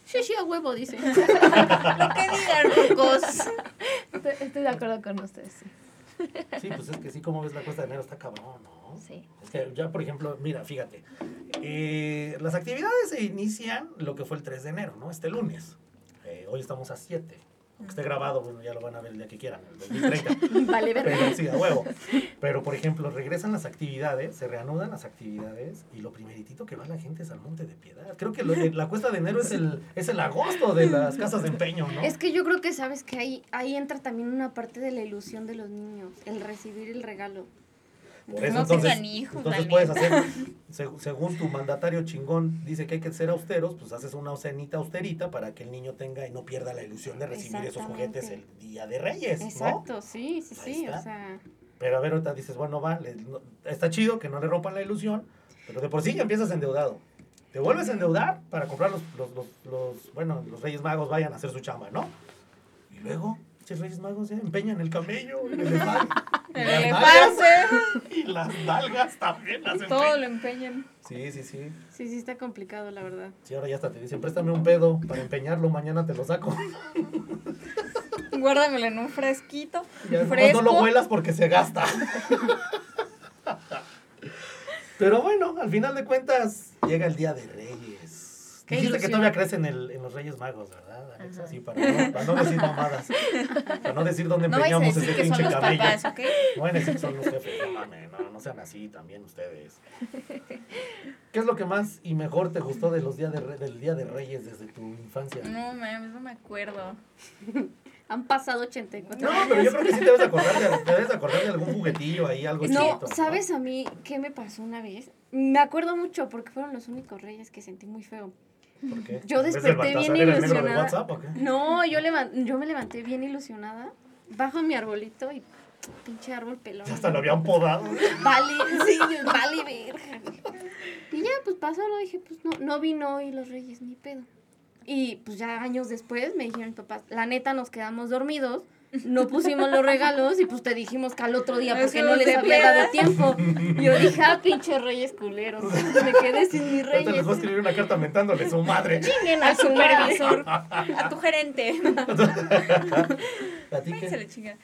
D: Sí, sí, a huevo, dice.
C: Lo que digan, locos.
E: Estoy, estoy de acuerdo con ustedes, sí.
B: Sí, pues es que sí, ¿cómo ves la cuesta de enero? Está cabrón, ¿no?
E: Sí.
B: Es que ya, por ejemplo, mira, fíjate. eh, las actividades se inician lo que fue el 3 de enero, ¿no? Este lunes. Eh, hoy estamos a 7. Aunque esté grabado, bueno, ya lo van a ver el día que quieran, el 2030.
D: Vale, verga.
B: Pero sí, a huevo. Pero, por ejemplo, regresan las actividades, se reanudan las actividades y lo primeritito que va la gente es al Monte de Piedad. Creo que lo de- la cuesta de enero es el, es el agosto de las casas de empeño, ¿no?
D: Es que yo creo que sabes que ahí, ahí entra también una parte de la ilusión de los niños, el recibir el regalo.
B: Por eso,
C: No sean
B: entonces,
C: hijos,
B: entonces
C: la
B: puedes hacer, seg- según tu mandatario chingón dice que hay que ser austeros, pues haces una cenita austerita para que el niño tenga y no pierda la ilusión de recibir esos juguetes el
D: Exactamente.
B: Día de Reyes, ¿no?
D: Exacto, sí, sí,
B: Ahí
D: sí.
B: está.
D: O sea,
B: Pero a ver, ahorita dices, bueno, va, le- no- está chido que no le rompan la ilusión, pero de por sí ya empiezas endeudado. Te vuelves a endeudar para comprar los, los, los, los- bueno, los Reyes Magos vayan a hacer su chamba, ¿no? Y luego, los Reyes Magos ya empeñan el camello, el elefante. y
C: El
B: las
C: elefante,
B: nalgas, Y las nalgas también las
C: todo
B: empeñan.
C: lo empeñan.
B: Sí, sí, sí.
D: Sí, sí, está complicado, la verdad.
B: Sí, ahora ya hasta te dicen, préstame un pedo para empeñarlo, mañana te lo saco.
C: Guárdamelo en un fresquito,
B: Ya nomás
C: fresco.
B: no lo huelas porque se gasta. Pero bueno, al final de cuentas, llega el Día de Reyes.
D: Qué
B: Dijiste que
D: ilusión.
B: todavía crees en, el- en los Reyes Magos, ¿verdad, Alexa? Sí, para no, para no decir mamadas. Para no decir dónde
C: no vais a
B: empeñamos ese
C: decir que son
B: pinche
C: los
B: cabello.
C: papás, ¿ok?
B: No van a decir que son los jefes. No, mames, no, no sean así también ustedes. ¿Qué es lo que más y mejor te gustó de los días de Re- del Día de Reyes desde tu infancia?
C: No mames, no me acuerdo.
D: Han pasado 84
B: No, pero yo creo que sí te debes acordar de, te debes acordar de algún juguetillo ahí, algo
D: No,
B: chiquito,
D: ¿sabes a mí qué me pasó una vez? Me acuerdo mucho porque fueron los únicos reyes que sentí muy feo.
B: ¿Por qué?
D: Yo
B: ¿Ves el
D: desperté
B: Baltasar,
D: bien
B: era el negro de
D: ilusionada.
B: WhatsApp o qué?
D: No, yo, levan- yo me levanté bien ilusionada, bajo mi arbolito y pinche árbol pelón.
B: Ya Hasta lo habían podado.
D: Vale, sí, vale verga. Y ya, pues pasaron, dije, pues no, no vino hoy los reyes, ni pedo. Y pues ya años después me dijeron mis papás, la neta nos quedamos dormidos, no pusimos los regalos y pues te dijimos que al otro día
C: Nos
D: porque no
C: fuimos
D: les
C: de
D: había
C: peda.
D: dado tiempo. Y yo dije, ah, pinche reyes culeros, me quedé sin mis
B: Ahorita les
D: reyes.
B: voy a escribir una carta mentándole su madre.
C: Chinguen al supervisor, a tu gerente.
B: ¿A ti qué?
C: Váyanse a la chingada.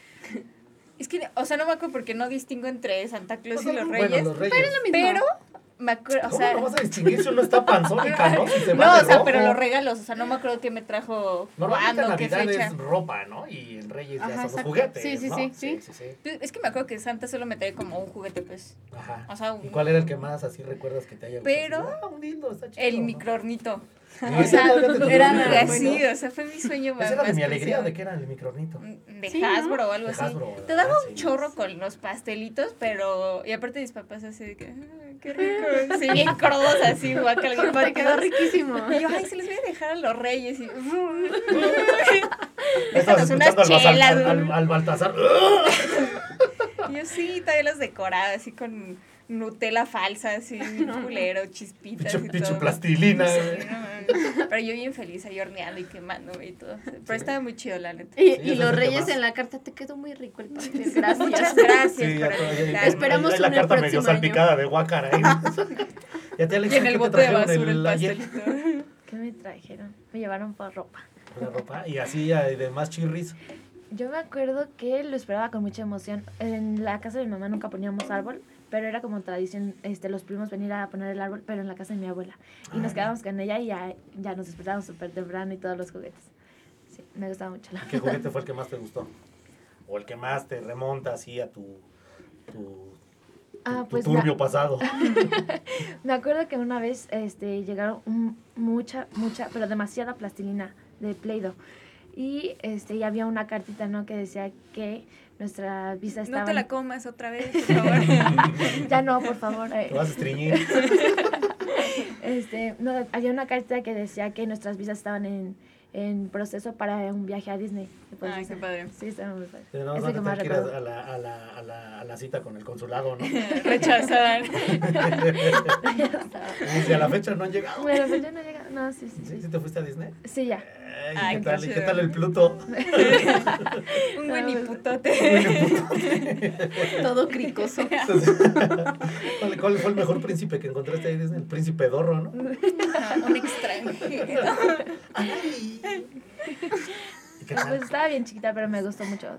C: Es que, o sea, no me acuerdo porque no distingo entre Santa Claus y los
B: Pues, Bueno,
C: Reyes.
B: los reyes.
C: Pero me acuerdo, o
B: ¿Cómo
C: sea.
B: no vas a distinguir si uno está panzón y calor? Si se va
C: No,
B: de
C: o sea,
B: rojo?
C: pero los regalos, o sea, no me acuerdo qué me trajo,
B: Normalmente
C: cuándo, qué
B: Navidad
C: fecha.
B: es ropa, ¿no? Y en Reyes ya
D: Ajá,
B: son los
D: exacto.
B: juguetes,
D: Sí, sí,
B: ¿no?
D: sí, sí.
B: sí, sí.
C: Pues, Es que me acuerdo que Santa solo me trae como un juguete, pues.
B: Ajá.
C: O sea, un-
B: ¿Y cuál era el que más así recuerdas que te haya gustado?
C: Pero-
B: Así, ah, un lindo, está chido,
C: El
B: ¿no?
C: microornito.
B: Sí,
C: O sea,
B: todavía te tocó
C: era
B: el microornito.
C: así, o sea, fue mi sueño más.
B: Esa era de
C: más
B: mi alegría
C: preciado. Mm,
B: de que era el micronito.
C: de
D: Sí, ¿no?
C: Hasbro o algo
B: De
C: así.
B: Hasbro,
C: Te
B: ¿verdad?
C: daba un
B: Sí.
C: chorro con los pastelitos, pero. Y aparte, mis papás así de que. "Ay, ¡Qué rico! Sí, bien crudos así, guacal, bien
D: Te quedó
C: guacal.
D: riquísimo.
C: Y yo, ay, se los voy a dejar a los reyes. Y,
B: Estabas
C: Déjanos unas
B: escuchando al Baltasar-
C: chelas,
B: al,
C: güey.
B: al- al Baltasar. ¡ah!
C: y yo sí, todavía los decoraba así con Nutella falsa, así, culero, chispitas.
B: Pinche,
C: y
B: pinche
C: todo.
B: plastilina.
C: Sí,
B: güey.
C: no mames. Pero yo bien feliz ahí horneando y quemándome y todo. Pero estaba muy chido, la neta.
D: Y,
B: Sí,
D: y
B: ese es
D: los
B: el que
D: reyes
B: más.
D: en la carta, te quedó muy rico el pastel, gracias.
C: Muchas gracias
B: Sí, ya
C: por
B: todo, ya-
C: invitarme.
B: ya-
D: Esperamos
B: ya- ya la
D: uno el
B: carta medio
D: próximo
B: salpicada de guácara. ¿eh? ya te
C: Y
B: Alexa,
C: en
B: ¿qué
C: el
B: te
C: bote de
B: trajeron
C: basura el
B: el- ayer?
C: pastelito.
E: ¿Qué me trajeron? Me llevaron por ropa.
B: La ropa y así ya, y demás chirris.
E: Yo me acuerdo que lo esperaba con mucha emoción. En la casa de mi mamá nunca poníamos árbol, pero era como tradición este, los primos venir a poner el árbol, pero en la casa de mi abuela. Y nos quedábamos con ella y ya, ya nos despertábamos súper temprano y todos los juguetes. Sí, me gustaba mucho la
B: ¿Qué juguete fue el que más te gustó? O el que más te remonta así a tu, tu, tu-
E: Ah,
B: tu
E: pues me-
B: turbio pasado.
E: Me acuerdo que una vez este, llegaron un- mucha, mucha, pero demasiada plastilina de Play-Doh. Y, este, y había una cartita, ¿no? Que decía que nuestra visa
C: No
E: estaba...
C: te la comas otra vez, por favor.
E: ya no, por favor. eh.
B: Te vas a estreñir.
E: Este, no, había una carta que decía que nuestras visas estaban en, en proceso para un viaje a Disney. Y pues,
C: Ay, qué padre.
E: Sí, estaba muy padre.
B: Y nada
E: Es
B: más van
E: lo que
B: a
E: más
B: tener que ir a, a
E: recuerdo.
B: la, a, la, a, la, a la cita con el consulado, ¿no?
C: Rechazaban.
B: Y si a la fecha no han llegado.
E: Bueno, pues yo no llega. No, sí, sí,
B: ¿Sí,
E: sí.
B: sí te fuiste a Disney?
E: Sí, ya.
B: Ay,
C: Ay,
B: ¿qué
C: qué
B: tal? ¿Y qué
C: chido.
B: tal el Pluto?
C: Un putote.
D: Todo cricoso.
B: ¿Cuál, cuál fue el mejor príncipe que encontraste ahí? Disney? El príncipe Dorro,
E: Mm,
B: ¿no?
C: Un extranjero.
B: ¿Y qué
E: Ah, Pues
B: tal?
E: estaba bien chiquita, pero me gustó mucho.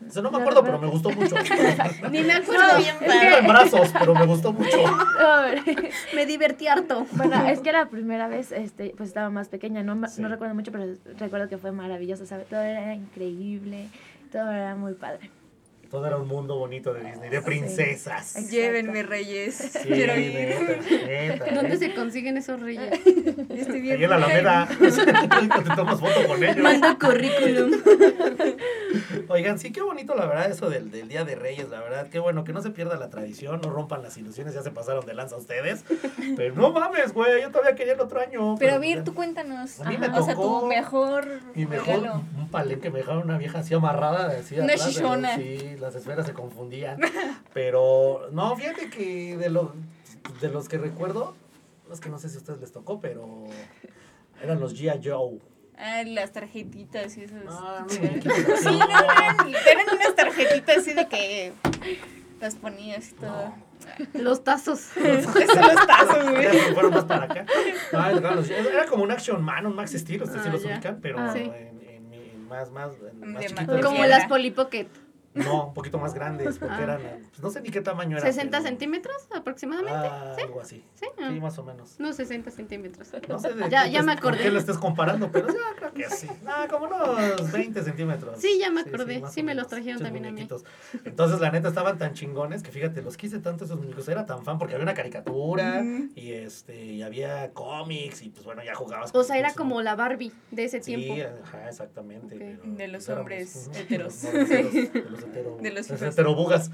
B: O sea, no me acuerdo, pero me gustó mucho.
D: Ni me
C: No,
D: acuerdo bien.
C: bien
B: Iba en
C: padre.
B: brazos, pero me gustó mucho.
E: A ver.
D: Me divertí harto.
E: Bueno, es que la primera vez, este, pues estaba más pequeña, no, ma-
B: Sí.
E: no recuerdo mucho, pero recuerdo que fue maravilloso, ¿sabes? Todo era increíble, todo era muy padre.
B: Todo era un mundo bonito de Disney, de princesas.
C: Llévenme, reyes.
B: Sí,
C: Quiero ir.
B: neta, neta, ¿eh?
D: ¿Dónde se consiguen esos reyes?
C: Yo Estoy bien.
B: Ahí en la
C: loca.
B: Alameda. Te tomas foto con ellos.
D: currículum.
B: Oigan, sí, qué bonito, la verdad, eso del, del Día de Reyes, la verdad. Qué bueno, que no se pierda la tradición, no rompan las ilusiones, ya se pasaron de lanza ustedes. Pero no mames, güey, yo todavía quería el otro año.
C: Pero, Vir, tú cuéntanos.
B: A mí me
C: O sea,
B: tocó
C: tu mejor,
B: Mi mejor,
C: regalo.
B: un palé que me dejaron una vieja así amarrada, así
C: Una
B: atrás, pero
C: chichona.
B: Sí, las esferas se confundían. Pero, no, fíjate que de, lo, de los que recuerdo, es que no sé si a ustedes les tocó, pero eran los G.I. Joe.
C: Ah, las tarjetitas y esas.
B: Ah, no,
C: sí,
B: no, no.
C: no, eran, eran unas tarjetitas así de que las ponías y todo.
D: Los tazos.
C: Eso los tazos, güey.
B: Ya se fueron más para acá. Ah, No, el regalo, sí, era como un Action Man, un Max Steel, ustedes sí
D: Ah,
B: los
D: ya.
B: ubican, pero
E: Ah.
D: Sí.
B: en, en- en más, más, en más
C: De
B: chiquito.
C: más-
B: ¿no?
D: Como
C: Mierda.
D: las Polly Pocket.
B: No, un poquito más grandes, porque
D: Ah.
B: eran, eh, pues, no sé ni qué tamaño eran.
D: ¿60
B: pero-
D: centímetros aproximadamente?
B: Ah, algo así.
D: Sí.
B: Sí,
D: ah,
B: más o menos.
D: No, 60 centímetros.
B: No sé de
D: Ya-
B: qué
D: ya
B: te-
D: me
B: por
D: acordé.
B: qué lo estés comparando, pero ya creo que sí. Ah, como unos 20 centímetros.
D: Sí, ya me acordé.
B: más
D: Sí,
B: o
D: me los
B: menos.
D: trajeron
B: Esos
D: también a mí.
B: muñequitos. Entonces, la neta, estaban tan chingones que fíjate, los quise tanto esos muñecos. Era tan fan porque había una caricatura y este y había cómics y pues bueno, ya jugabas. con
D: O sea, era
B: esos
D: como la Barbie de ese
B: Sí,
D: tiempo.
B: ajá, exactamente.
D: Ok.
B: pero,
C: De los
B: pues, éramos,
C: hombres
B: ujú, De los,
C: heteros.
B: heteros, de los hetero-
C: De los
B: de los
C: fifas.
B: heterobugas.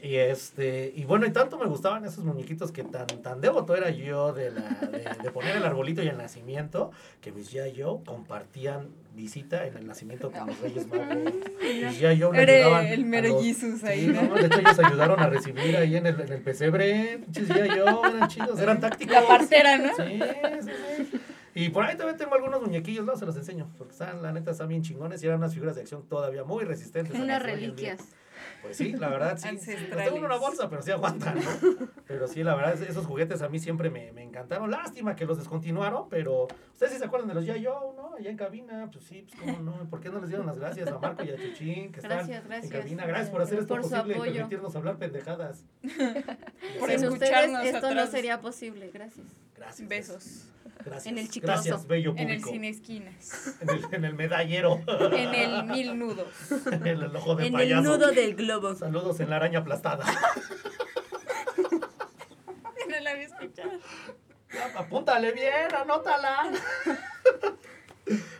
B: Y este, y bueno, y tanto me gustaban esos muñequitos que tan, tan devoto era yo de, la, de, de poner el arbolito y el nacimiento, que mis ya yo compartían visita en el nacimiento con los Reyes Magos. Mis ya yo le
C: Era
B: ayudaban
C: el
B: a
C: mero
B: los-
C: Jesus ahí,
B: Sí,
C: ¿no?
B: no, de hecho ellos ayudaron a recibir ahí en el, en el pesebre, pinches ya yo, eran chidos, eran tácticos.
C: La partera, ¿no?
B: Sí, sí, sí. Y por ahí también tengo algunos muñequillos, no se los enseño, porque están, la neta, están bien chingones y eran unas figuras de acción todavía muy resistentes. a
D: Unas
B: las de hoy en día.
D: reliquias.
B: Pues sí, la verdad, sí. Los tengo en
C: Ancestrales.
B: una bolsa, pero sí aguantan, ¿no? Pero sí, la verdad, esos juguetes a mí siempre me, me encantaron. Lástima que los descontinuaron, pero ustedes sí se acuerdan de los yo ¿no? Allá en cabina, pues sí, pues cómo no. ¿Por qué no les dieron las gracias a Marco y a Chuchín, que están
D: Gracias,
B: en
D: gracias. Eh,
B: cabina? Gracias por hacer esto
D: Por su
B: posible y
D: apoyo.
B: permitirnos hablar pendejadas.
C: Por
D: Sin ustedes
C: escucharnos
D: esto no
C: atrás.
D: sería posible. Gracias.
B: Gracias.
C: Besos.
B: Gracias.
D: En el chicloso.
B: Gracias, bello público.
C: En el cine esquinas.
B: En el, en el medallero.
C: En el mil nudos.
B: En el ojo de payaso.
E: del globo.
B: Saludos en la araña aplastada.
C: No la había escuchado.
B: Apúntale bien, anótala.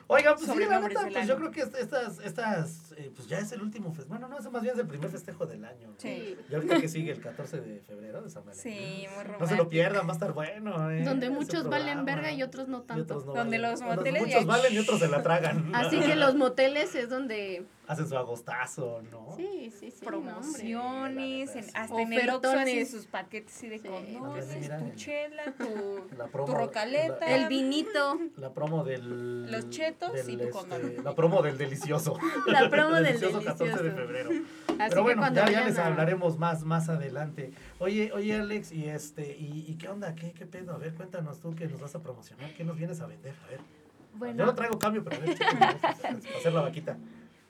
B: Oigan, pues sí, la
C: Sobrenombres
B: neta,
C: del
B: pues
C: año.
B: yo creo que est- estas, estas, eh, pues ya es el último festejo. Bueno, no, ese más bien es el primer festejo del año. ¿no?
C: Sí.
B: Y ahorita que sigue el 14 de febrero de San Valentín.
C: Sí, muy
B: No se lo
C: romántico.
B: pierdan, va a estar bueno, ¿eh?
D: Donde
B: Ese
D: muchos valen
B: programa.
D: verga y otros no
B: Y otros
D: tanto.
B: no
C: Donde
B: valen.
C: los
B: Unos-
C: moteles
B: Muchos
C: ya-
B: valen y otros se la tragan.
D: Así que los moteles es donde.
B: Hacen su agostazo, ¿no?
D: Sí, sí, sí. no, hombre.
C: promociones, en-
B: Sí, la neta,
C: hasta en el Oxxo así
D: Ofertones.
C: sus paquetes así de
D: Sí.
C: condones,
B: Mira,
C: tu
B: el-
C: chela, tu,
B: La promo-
C: tu rocaleta,
B: la-
D: El vinito.
B: La promo del. este,
C: Los chetos y tu condón.
B: La promo del delicioso.
D: La promo del
B: 14 de
D: delicioso.
B: febrero.
D: Así
B: Pero
D: que
B: bueno,
D: cuando
B: ya, ya
D: vayan
B: les
D: a-
B: hablaremos más, más adelante. Oye, oye, Alex, y este, y, y qué onda, ¿Qué, qué pedo. A ver, cuéntanos tú que nos vas a promocionar, qué nos vienes a vender, a ver. Yo no
E: Bueno,
B: traigo cambio, pero a ver, chécame, vamos a hacer- a hacer la vaquita.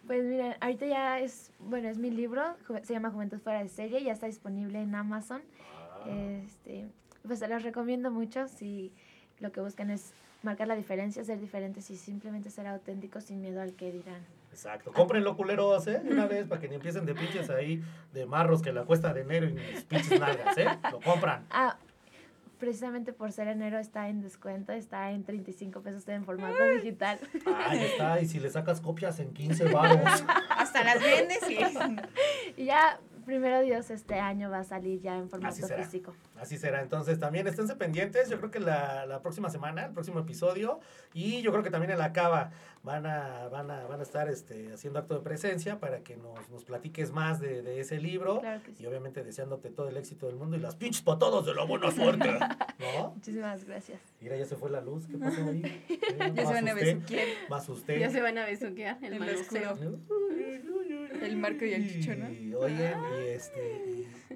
E: pues miren, ahorita ya es, bueno, es mi libro, ju- se llama Juventud fuera de serie, ya está disponible en Amazon.
B: Ah.
E: Este, pues se los recomiendo mucho si lo que buscan es marcar la diferencia, ser diferentes y simplemente ser auténticos sin miedo al que dirán.
B: Exacto. Cómprenlo, culeros, ¿eh? De Una vez, para que ni empiecen de pinches ahí, de marros que la cuesta de enero y mis pinches nalgas, ¿eh? Lo compran.
E: Ah, precisamente por ser enero está en descuento, está en 35 pesos en formato digital.
B: Ahí está, y si le sacas copias en 15 baros.
C: hasta las vendes y
E: Y ya, primero Dios, este año va a salir ya en formato
B: será.
E: físico.
B: Así será. Entonces, también esténse pendientes. Yo creo que la, la próxima semana, el próximo episodio, y yo creo que también en la cava van a, van a, van a estar este, haciendo acto de presencia para que nos, nos platiques más de, de ese libro.
E: Claro que sí.
B: Y obviamente deseándote todo el éxito del mundo y las pinches patadas de la buena suerte. ¿No?
E: Muchísimas gracias.
B: Mira, ya se fue la luz. ¿Qué pasó ahí? Eh, me
C: ya se van a
B: asusté,
C: besuquear.
B: Me asusté.
D: Ya se van a besuquear. El
C: En lo
D: manoseo.
C: oscuro. El Marco y el Chucho, ¿no?
B: Y, Oigan, y este,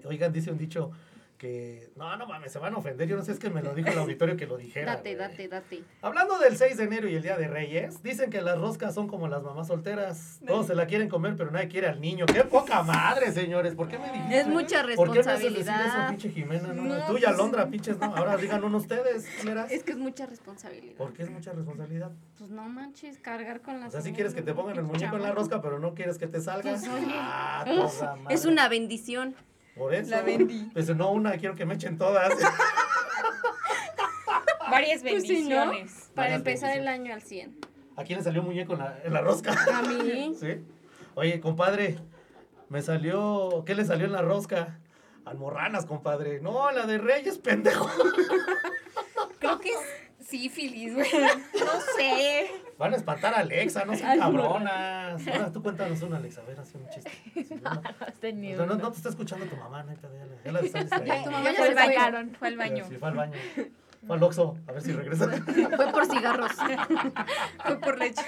B: y- oigan, dice un dicho que, no, no mames, se van a ofender. Yo no sé, es que me lo dijo el auditorio que lo dijera.
D: Date,
B: güey.
D: date, date.
B: Hablando del 6 de enero y el Día de Reyes, dicen que las roscas son como las mamás solteras. Todos se la quieren comer, pero nadie quiere al niño. ¡Qué poca madre, señores! ¿Por qué me dijiste?
D: Es mucha
B: ¿Por qué me haces decir eso,
D: responsabilidad.
B: pinche Jimena? No,
C: No,
B: tú y
C: pues-
B: Alondra, pinches, no. Ahora digan uno ustedes, culeras.
D: Es que es mucha responsabilidad.
B: Porque es mucha responsabilidad.
D: Pues no manches, cargar con las.
B: O sea, si quieres que te pongan el muñeco en la rosca, pero no quieres que te salga.
D: Pues, oye.
B: Ah, poca
D: Es
B: madre.
D: una bendición.
B: Por eso.
C: La vendí.
B: Pues no una, quiero que me echen todas.
C: Varias
D: Pues sí, ¿no?
C: bendiciones.
D: Para
B: Varias
D: empezar
B: bendiciones.
D: el año al 100.
B: ¿A quién le salió muñeco en la, en la rosca?
D: A mí.
B: ¿Sí? Oye, compadre, me salió. ¿Qué le salió en la rosca? Almorranas, compadre. No, la de Reyes, pendejo.
C: Creo que es sífilis, güey. No sé.
B: Van a espantar a Alexa, no sean cabronas. Ahora tú cuéntanos una, Alexa. A ver, hace un chiste. Sí,
E: No,
B: no,
E: no has tenido
B: Pues no, no,
E: uno.
B: no te está escuchando tu mamá, neta. Ya la, ya la están
D: Ya,
B: distrayendo.
D: tu mamá
C: Ya
D: ya
C: fue
D: se
C: al
D: fue.
C: baño. Fue al baño.
B: Sí, fue al baño. Fue al Oxxo, a ver si regresa.
D: Fue por cigarros.
C: Fue por leche.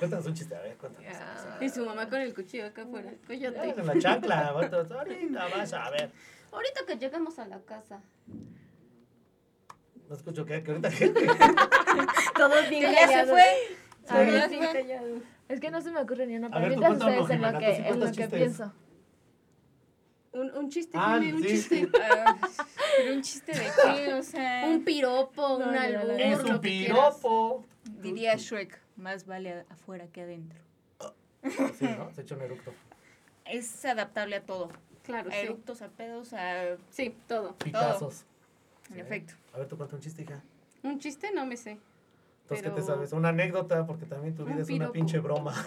B: Cuéntanos un chiste, a ver, cuéntanos.
E: Ah,
D: Y su mamá con el cuchillo acá afuera.
B: Ya,
D: Coyote.
B: En la chancla, ahorita ahorita vas a ver.
D: Ahorita que llegamos a la casa.
B: No escucho que, que ahorita que.
D: Todos
C: Que ya se fue.
E: A ver,
C: Ya se fue.
D: callados.
E: Es que no se me ocurre ni una,
B: A
E: pero
B: ver, tú
E: ahorita
B: cuenta uno,
E: ustedes en
B: Jimena,
E: lo
B: tú sí
E: que, en lo
B: cuentas
E: que
B: chistes.
E: pienso.
D: Un, un chiste,
B: Ah,
D: dime, un
B: sí.
D: chiste.
C: Ah, Pero un chiste de qué, o sea.
D: Un piropo,
E: No,
D: un
E: no,
D: albur,
E: no, no.
B: Es
D: lo
B: un
D: que
B: piropo.
C: Diría Shrek, más vale a- afuera que adentro.
B: Sí, ¿no? Se echó un eructo.
C: Es adaptable a todo.
D: quieras. Claro,
C: A
D: sí.
C: eructos, a pedos, a...
D: Sí, todo.
B: Pitazos.
C: En
B: Sí.
C: efecto.
B: A ver, tú cuenta un chiste, hija.
D: Un chiste no me sé.
B: Entonces, ¿qué te
D: Pero-
B: sabes? Una anécdota, porque también tu
D: Un
B: vida es una
D: piropo.
B: pinche broma.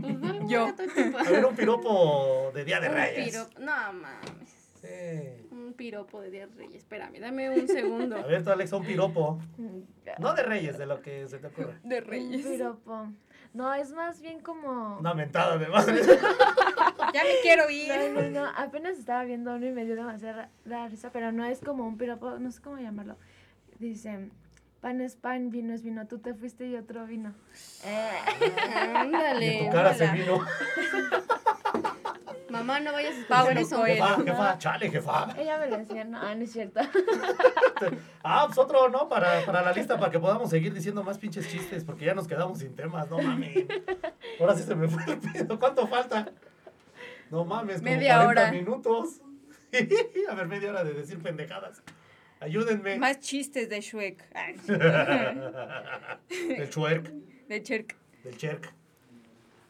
D: Pues dale,
C: Yo.
D: ya todo el tiempo.
B: A ver, un piropo de Día de
D: Un
B: Reyes.
D: piropo. No mames.
B: Sí.
D: Un piropo de Día de Reyes. Espérame, dame un segundo.
B: A ver, tú, Alexa, un piropo.
D: Mm,
B: No de Reyes, de lo que se te ocurra.
C: De
E: Un piropo. No, es más bien como...
B: Una mentada de madre.
C: Ya me quiero ir.
E: No, no, no, apenas estaba viendo uno y me dio demasiada ra- risa, pero no es como un piropo, no sé cómo llamarlo. Dice, pan es pan, vino es vino, tú te fuiste y otro vino. Eh,
B: Y tu
D: Ándale.
B: cara se
C: hola.
B: vino.
D: Mamá, no vayas a escuchar
C: Pablo
D: eso.
C: Coelho.
B: Jefa, jefa, chale, jefa.
E: ella me lo decía, no, no es cierto.
B: Ah, pues otro, ¿no? Para, para la lista, para que podamos seguir diciendo más pinches chistes, porque ya nos quedamos sin temas, no mames. Ahora sí se me fue el pedo. ¿Cuánto falta? No mames, como 40
C: Media hora.
B: minutos. A ver, media hora de decir pendejadas. Ayúdenme.
C: Más chistes de Shrek. Ah,
B: del chuerk,
C: De Shrek.
B: del cherk.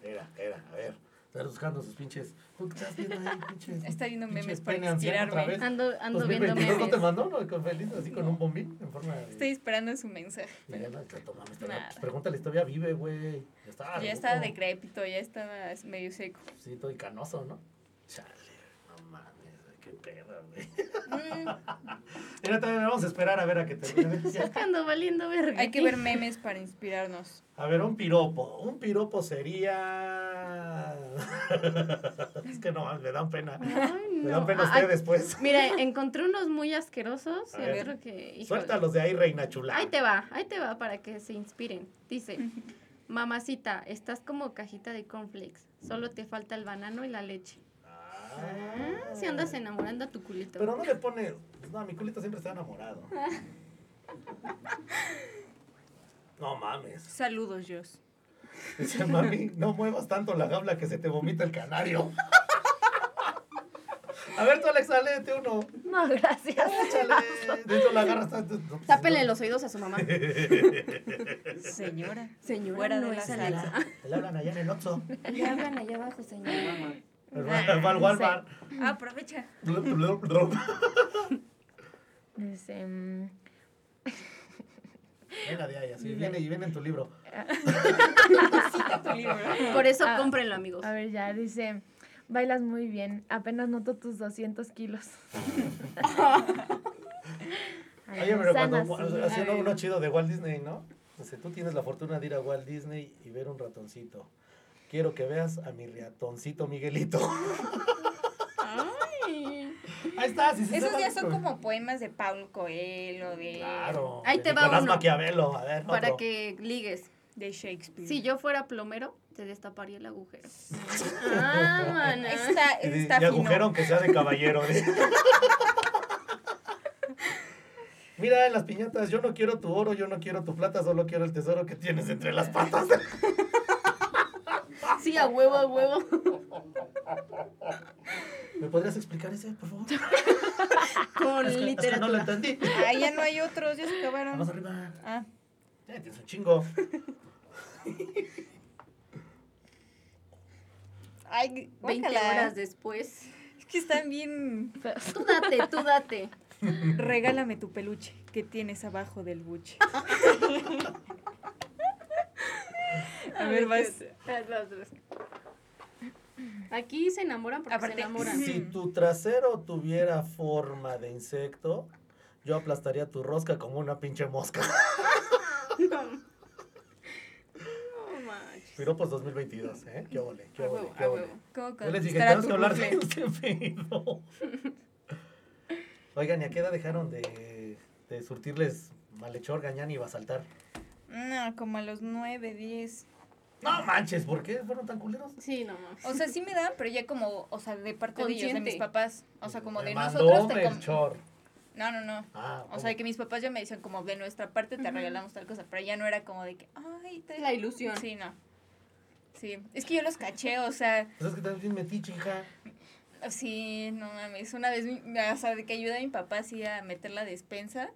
B: Era, era, a ver. Estás buscando sus pinches. ¿Tú qué estás viendo ahí, pinches?
C: Está viendo memes
B: pinches
C: para
B: pene anciano
C: inspirarme.
B: otra vez?
D: Ando, ando viendo
B: 2022 no te
D: memes.
B: mandó, ¿no? Con feliz, así con un bombín en forma de.
C: Estoy esperando su mensaje.
B: Y ya no, tanto mames, todavía-
C: Nada.
B: pues pregúntale, todavía vive, güey. Ya estaba.
C: Ya estaba decrépito, ya estaba medio seco.
B: Sí, todo y canoso, ¿no? Chale, no mames, qué pedo, güey.
C: Mm,
B: Mira, todavía vamos a esperar a ver a que termine.
D: Es que ando valiendo verga.
C: hay que ver memes para inspirarnos.
B: A ver, un piropo. Un piropo sería. es que no, me dan pena.
D: Ay,
B: Me
D: no. Ah,
B: dan pena
D: Ay,
B: ustedes después.
D: Mira, encontré unos muy asquerosos
B: A
D: y
B: ver.
D: otro que... híjole.
B: Suéltalos de ahí, reina chula.
D: Ahí te va, ahí te va para que se inspiren. Dice, mamacita, estás como cajita de cornflakes. Solo te falta el banano y la leche.
B: Ah,
D: Si andas enamorando a tu culito.
B: Pero no le pone. No, mi culito siempre está enamorado. No mames.
C: Saludos, Jos.
B: Dice, mami, no muevas tanto la gabla que se te vomita el canario. A ver, tú, Alexa, léete uno.
E: No, gracias.
B: Échale. De hecho, la agarras. pues, ta- ta- ta-
D: Tápele los oídos a su mamá.
C: Señora.
D: Señora,
C: Fuera
D: no
C: de la
D: es
C: sala.
D: Alexa.
B: Te la hablan allá en el Oxxo.
D: Le hablan allá abajo, señora.
B: Va al Walmart.
C: Aprovecha.
B: Blub, blub, blub.
E: Dice, mm,
B: Venga de ahí, así. Viene y viene en tu libro.
C: Tu libro.
D: Por eso
E: Ah.
D: cómprenlo, amigos.
E: a ver, ya, dice, bailas muy bien, apenas noto tus 200 kilos. Ay,
B: Oye, pero
E: sana,
B: cuando
E: sí.
B: hacían uno chido de Walt Disney, ¿no? Dice, tú tienes la fortuna de ir a Walt Disney y ver un ratoncito. Quiero que veas a mi ratoncito Miguelito.
D: Ay.
B: Ahí está, sí, sí.
C: Esos
B: se
C: ya
B: van
C: son
B: con-
C: como poemas de Paulo Coelho, de,
B: Claro.
D: Ahí
B: de
D: te va
B: Nicolás
D: uno.
B: Maquiavelo, a ver,
D: Para
B: otro.
D: que ligues.
C: de Shakespeare.
D: Si yo fuera plomero, te destaparía el agujero. Ah, mana.
C: Está,
B: Y de-
C: está
B: de
C: fino.
B: agujero que sea de caballero. dice. Mira en las piñatas, yo no quiero tu oro, yo no quiero tu plata, solo quiero el tesoro que tienes entre las patas.
D: Sí, a huevo, a huevo.
B: ¿Me podrías explicar ese, por favor?
D: Con
B: Es que- es que no lo
D: literatura.
B: entendí.
C: Ah, ya no hay otros, ya se
B: Vamos
C: acabaron.
B: arriba.
C: Ah,
B: Ya tienes un chingo.
C: ay,
D: 20
C: guácala. eh.
D: horas después.
C: Es que están bien.
D: Tú date, tú date.
C: Regálame tu peluche que tienes abajo del buche. A ver, vas.
D: Aquí se enamoran porque
C: Aparte-
D: se enamoran.
B: Si tu trasero tuviera forma de insecto, yo aplastaría tu rosca como una pinche mosca.
D: No manches.
B: Piropos 2022, ¿eh? Qué ole, qué
D: A
B: ole,
D: huevo,
B: qué
D: a
B: ole.
D: huevo.
C: ¿Cómo
B: Yo les dije,
C: conquistar a
B: tenemos
C: tu
B: que hablar de
C: bucle?
B: este pedo. Oigan, ¿y a qué edad dejaron de, de surtirles malhechor, gañán y basaltar?
C: No, como a los 9, 10.
B: No manches, ¿por qué fueron tan culeros?
D: Sí, no mames.
C: O sea, sí me dan, pero ya como, o sea, de parte de ellos, de mis
D: Consciente.
C: papás. O sea, como
B: Me
C: de
B: mandó
C: nosotros te com-
B: Melchor.
C: No, no, no.
B: Ah,
C: O sea, que mis papás ya me decían como de nuestra parte te regalamos tal cosa, pero ya no era como de que, ay, te...
D: La ilusión.
C: Sí, no. Sí, es que yo los caché, o sea,
B: Pues es que también metiche, hija.
C: sí, no mames. Una vez, mi- o sea, de que ayuda a mi papá así a meter la despensa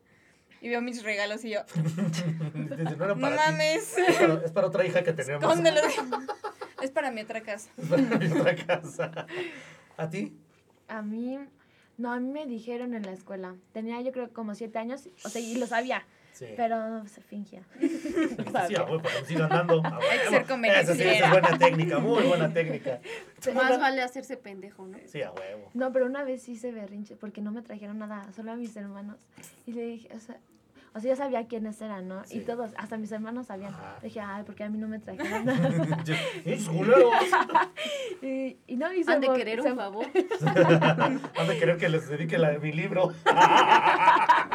C: y veo mis regalos y yo,
B: Dice, no era
C: no
B: para ti.
C: mames,
B: Es para, es para otra hija que tenemos.
C: escóndelo. es para mi otra casa.
B: Es para mi otra casa. ¿A ti?
E: A mí, no, a mí me dijeron en la escuela. Tenía yo creo como siete años, o sea, y lo sabía,
B: Sí.
E: pero se fingía.
B: Sí, ah, a huevo, para que siga andando. A
C: Hay que
B: huevo.
C: ser
B: Esa sí, esa es
C: convenciera.
B: buena técnica, muy buena técnica.
D: Más vale hacerse pendejo, ¿no?
B: Sí, a huevo.
E: No, pero una vez sí se berrinche porque no me trajeron nada, solo a mis hermanos. Y le dije, o sea, o sea, yo sabía quiénes eran, ¿no?
B: Sí.
E: Y todos, hasta mis hermanos sabían.
B: Ajá.
E: Dije, ay, porque a mí no me trajeron nada.
B: ¡Es culero!
E: y, y no, y se
D: Han de
E: mo-
D: querer
E: se-
D: un favor.
B: Han de querer que les dedique la- mi libro.
C: Ah,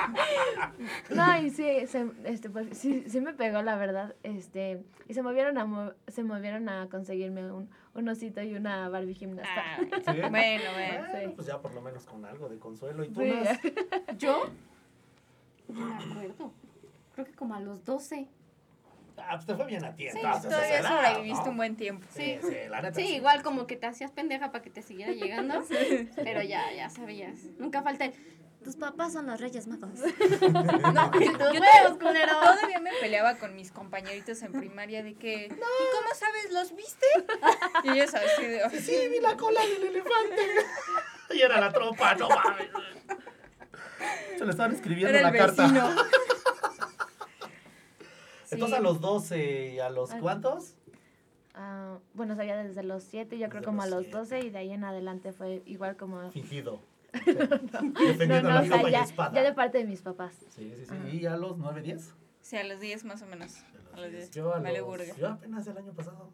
E: No, y sí, se, este, pues, sí, sí me pegó, la verdad. Este, y se movieron a, mo- se movieron a conseguirme un, un osito y una Barbie gimnasta.
C: Ah,
B: Sí.
C: bueno, bueno.
B: Bueno,
E: sí.
B: pues ya por lo menos con algo de consuelo. ¿Y tú,
E: Sí.
B: Nas?
D: ¿Yo? No me acuerdo. Creo que como a los 12.
B: Ah, pues te fue bien a ti.
D: Sí,
B: entonces,
C: Todavía
B: esa edad,
C: sobreviviste
B: ¿no?
C: un buen tiempo.
B: Sí,
D: Sí.
B: sí, la neta.
D: Sí, igual como que te hacías pendeja para que te siguiera llegando. Pero ya, ya sabías. Nunca falta el. Tus papás son los reyes magos.
C: No, yo, yo
D: ¡Tus
C: todavía,
D: huevos, culero!
C: todavía me peleaba con mis compañeritos en primaria de que, ¿y cómo sabes? ¿Los viste? Y ellos así de, "Ay,
B: Sí, vi la cola del elefante. y era la tropa, no mames. Se le estaban escribiendo
C: era
B: la
C: el
B: carta.
C: vecino.
B: Entonces a los 12 y a los
E: Ah.
B: cuántos?
E: Ah, bueno, sabía desde los 7, yo creo
B: Desde
E: como a
B: los
E: los
B: siete.
E: 12 y de ahí en adelante fue igual como...
B: Fingido.
E: No,
B: Defendiendo
E: no,
B: la
E: o sea,
B: capa y
E: ya,
B: espada.
E: ya de parte de mis papás.
B: Sí, sí, sí.
C: Ajá.
B: ¿Y a los 9, 10?
C: Sí, a los 10 más o menos. A los 10.
B: Yo a
C: Vale,
B: los,
C: burger.
B: Yo apenas el año pasado.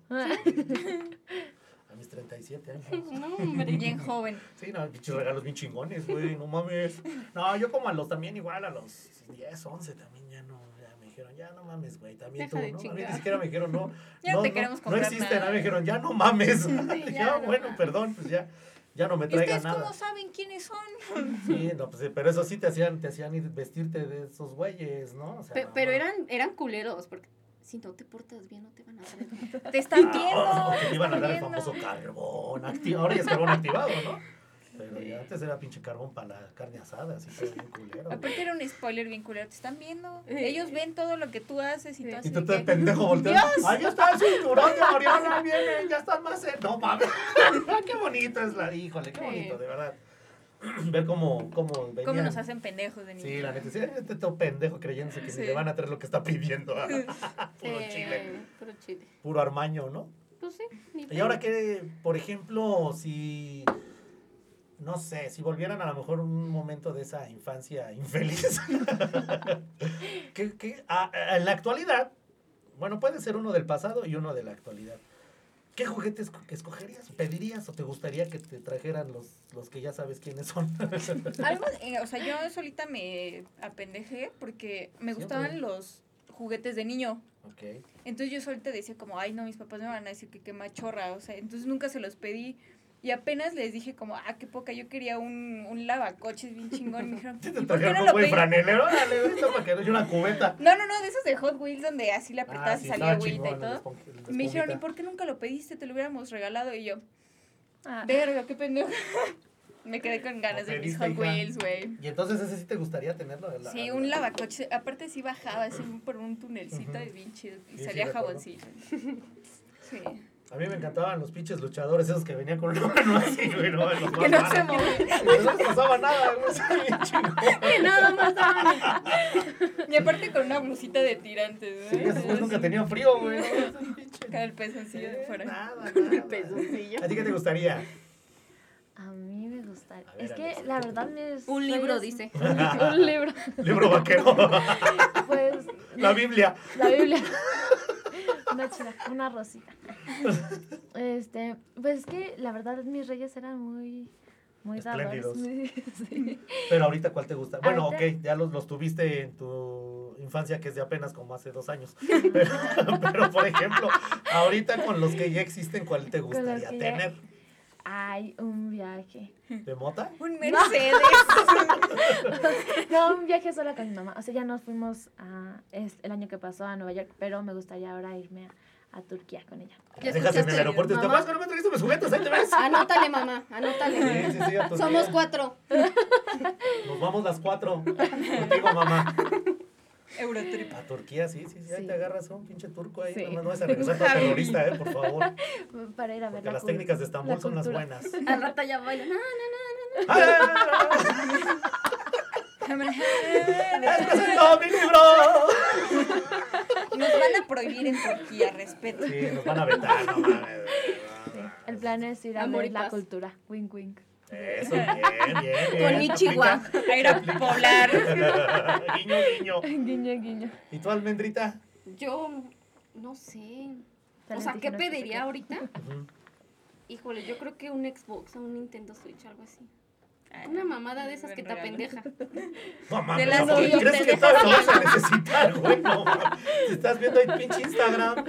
B: A mis 37 años.
D: No, hombre.
C: Bien joven.
B: Sí, no, pinches regalos bien chingones, güey, no mames. No, yo como a los también igual, a los 10, 11 también ya no, ya me dijeron, ya no mames, güey, también
D: Deja
B: tú,
D: de
B: ¿no? A mí
D: chingar.
B: ni siquiera me dijeron, no.
C: Ya
B: no,
C: te
B: no,
C: queremos
B: No
C: comprar
B: existe
C: nada.
B: nada, me dijeron, ya no mames. Dije,
D: ya,
B: "Ah,
D: no
B: bueno,
D: mames".
B: perdón, pues ya, ya no me
C: ¿Y ustedes
B: traigan nada.
C: cómo saben quiénes son?
B: Sí, no, pues sí, pero eso sí te hacían, te hacían ir vestirte de esos güeyes, ¿no? O sea,
D: Pe-
B: no,
D: pero
B: no.
D: eran, eran culeros, porque si no te portas bien, no te van a traer.
C: Te están
B: Ah,
C: viendo.
B: o que te iban a
C: están
B: dar el
C: viendo.
B: famoso carbón activado. Ahora ya es carbón activado, ¿no? Pero ya antes era pinche carbón para la carne asada, así que era bien culero. güey.
C: Aparte era un spoiler bien culero. Te están viendo.
D: Sí.
C: Ellos ven todo lo que tú haces y
D: Sí.
C: tú
B: Y
C: haces.
B: tú te pendejo volteando. ¡Ahí está el cinturón de Mariana! ¡Viene! ¡Ya están más cerca! ¡No mames! Ah, ¡Qué bonito es la! ¡Híjole! ¡Qué bonito! De verdad. Ver cómo, cómo venían.
C: ¿Cómo nos hacen pendejos de
B: Sí,
C: niños?
B: la neta. Sí, este todo pendejo creyéndose que
C: Sí.
B: si le van a traer lo que está pidiendo. Puro chile.
D: Eh, Puro chile.
B: Puro armaño, ¿no?
D: Pues sí. ni
B: Y ahora
D: pedo.
B: que, por ejemplo, si, no sé, si volvieran a lo mejor un momento de esa infancia infeliz, que, que a- a- en la actualidad, bueno, puede ser uno del pasado y uno de la actualidad. ¿Qué juguetes esco- escogerías, pedirías o te gustaría que te trajeran los, los que ya sabes quiénes son?
C: Algo, eh, o sea, yo solita me apendejé porque me gustaban los juguetes de niño.
B: ok.
C: Entonces yo solita decía como, ay no, mis papás me van a decir que qué machorra, o sea, entonces nunca se los pedí. Y apenas les dije como, ah, qué poca, yo quería un, un lavacoches bien chingón. Y me dijeron,
B: ¿Sí
C: "¿Y
B: te
C: por qué
B: trajeron
C: no
B: un
C: lo
B: güey
C: pedí?
B: franelero? Órale, güey, esto para que doy una cubeta.
C: No, no, no, de esos de Hot Wheels donde así le apretabas y salía
B: Ah, estaba
C: agüita y
B: chingón el
C: todo.
B: espon- el
C: Y me dijeron, ¿y
B: espumita.
C: por qué nunca lo pediste? Te lo hubiéramos regalado. Y yo,
E: Ah,
C: verga, qué pendejo. me quedé con ganas
B: Lo
C: de mis
B: pediste,
C: Hot
B: hija.
C: Wheels, güey.
B: Y entonces ese sí te gustaría tenerlo. la-
C: Sí,
B: la-
C: un lavacoches. Aparte sí bajaba así por un tunelcito y bien chido.
B: Sí,
C: Y
B: sí,
C: salía
B: me acuerdo.
C: jaboncito. Sí.
B: A mí me encantaban los pinches luchadores esos que venían con una mano así, güey. No, los
C: Que no
B: mamaban.
C: se movía.
B: No les pasaba nada, güey. sí, bien chingón.
D: Que nada más daban.
C: Y aparte con una blusita de tirantes,
B: Sí,
C: ¿eh?
B: esos güeyes nunca tenían frío, güey. no, esos pinches.
C: sacar el pezoncillo de fuera.
B: Nada, nada.
D: Pezoncillo.
B: ¿A ti qué te gustaría?
E: A mí me gusta.
B: A ver,
E: Es que
B: Alex,
E: la
B: ¿qué te
E: verdad me.
D: Un
E: soy
D: libro,
E: así-
D: dice.
E: Un libro.
B: Libro vaquero.
E: Pues
B: La Biblia.
E: la Biblia. Una chula, una rosita. Este, pues es que la verdad mis reyes eran muy. Muy dadores.
B: Espléndidos.
E: muy- sí.
B: Pero ahorita, ¿cuál te gusta? Bueno, ok,
E: Ahorita-
B: ya los, los tuviste en tu infancia, que es de apenas como hace dos años. Pero, pero, por ejemplo, ahorita con los que ya existen, ¿cuál te
E: Con los
B: gustaría
E: que ya-
B: tener?
E: Ay, un viaje.
B: ¿De mota?
C: Un Mercedes.
E: No, un viaje sola con mi mamá. O sea, ya nos fuimos a, es el año que pasó a Nueva York, pero me gustaría ahora irme a, a Turquía con ella.
D: ¿Ya
B: Las dejas en el
D: escuchaste,
B: aeropuerto y te
D: mamá?
B: vas, que no me trajiste mis juguetes, ahí te ves.
D: Anótale, mamá,
B: Sí,
D: anótale.
B: sí, sí, a tus
D: Somos
B: días.
D: cuatro.
B: Nos vamos las cuatro. Contigo, mamá.
C: Eurotrip.
B: A Turquía, sí, sí, sí. Ahí
E: Sí.
B: te agarras a un pinche turco ahí.
E: Sí.
B: Nomás no vas a regresar con terrorista, eh, por favor.
E: Para ir a ver
B: Porque
E: la
B: las
E: cul-
B: técnicas de Estambul
E: la
B: son las
E: cultura.
B: buenas.
D: Al rato ya baila. No, no,
B: ¡Ah! ¡Les presento mi libro!
C: Nos van a prohibir en Turquía, respeto.
B: Sí, nos van a vetar, no mames.
E: Sí, El plan es ir a
D: Amor
E: ver
D: y
E: la
D: paz.
E: cultura. Wink, wink.
B: Eso, bien, bien. bien.
D: Konnichiwa.
C: A ir a poblar.
B: Aplica. guiño, guiño.
E: guiño, guiño.
B: ¿Y tú, Almendrita?
D: no. Yo no sé. O
E: Talento
D: sea,
E: que
D: ¿qué
E: no sé
D: pediría
E: qué.
D: ahorita?
B: Ujú.
D: Híjole, yo creo que un Xbox o un Nintendo Switch, algo así.
C: Ay,
D: Una mamada de esas
C: buen
D: que te
C: regalo.
D: apendeja.
B: No mames,
C: las
B: amor,
C: que yo
B: ¿crees
C: te
B: que
C: dejo
B: todo lo vas a necesitar, güey? No, mames. Si estás viendo ahí pinche Instagram.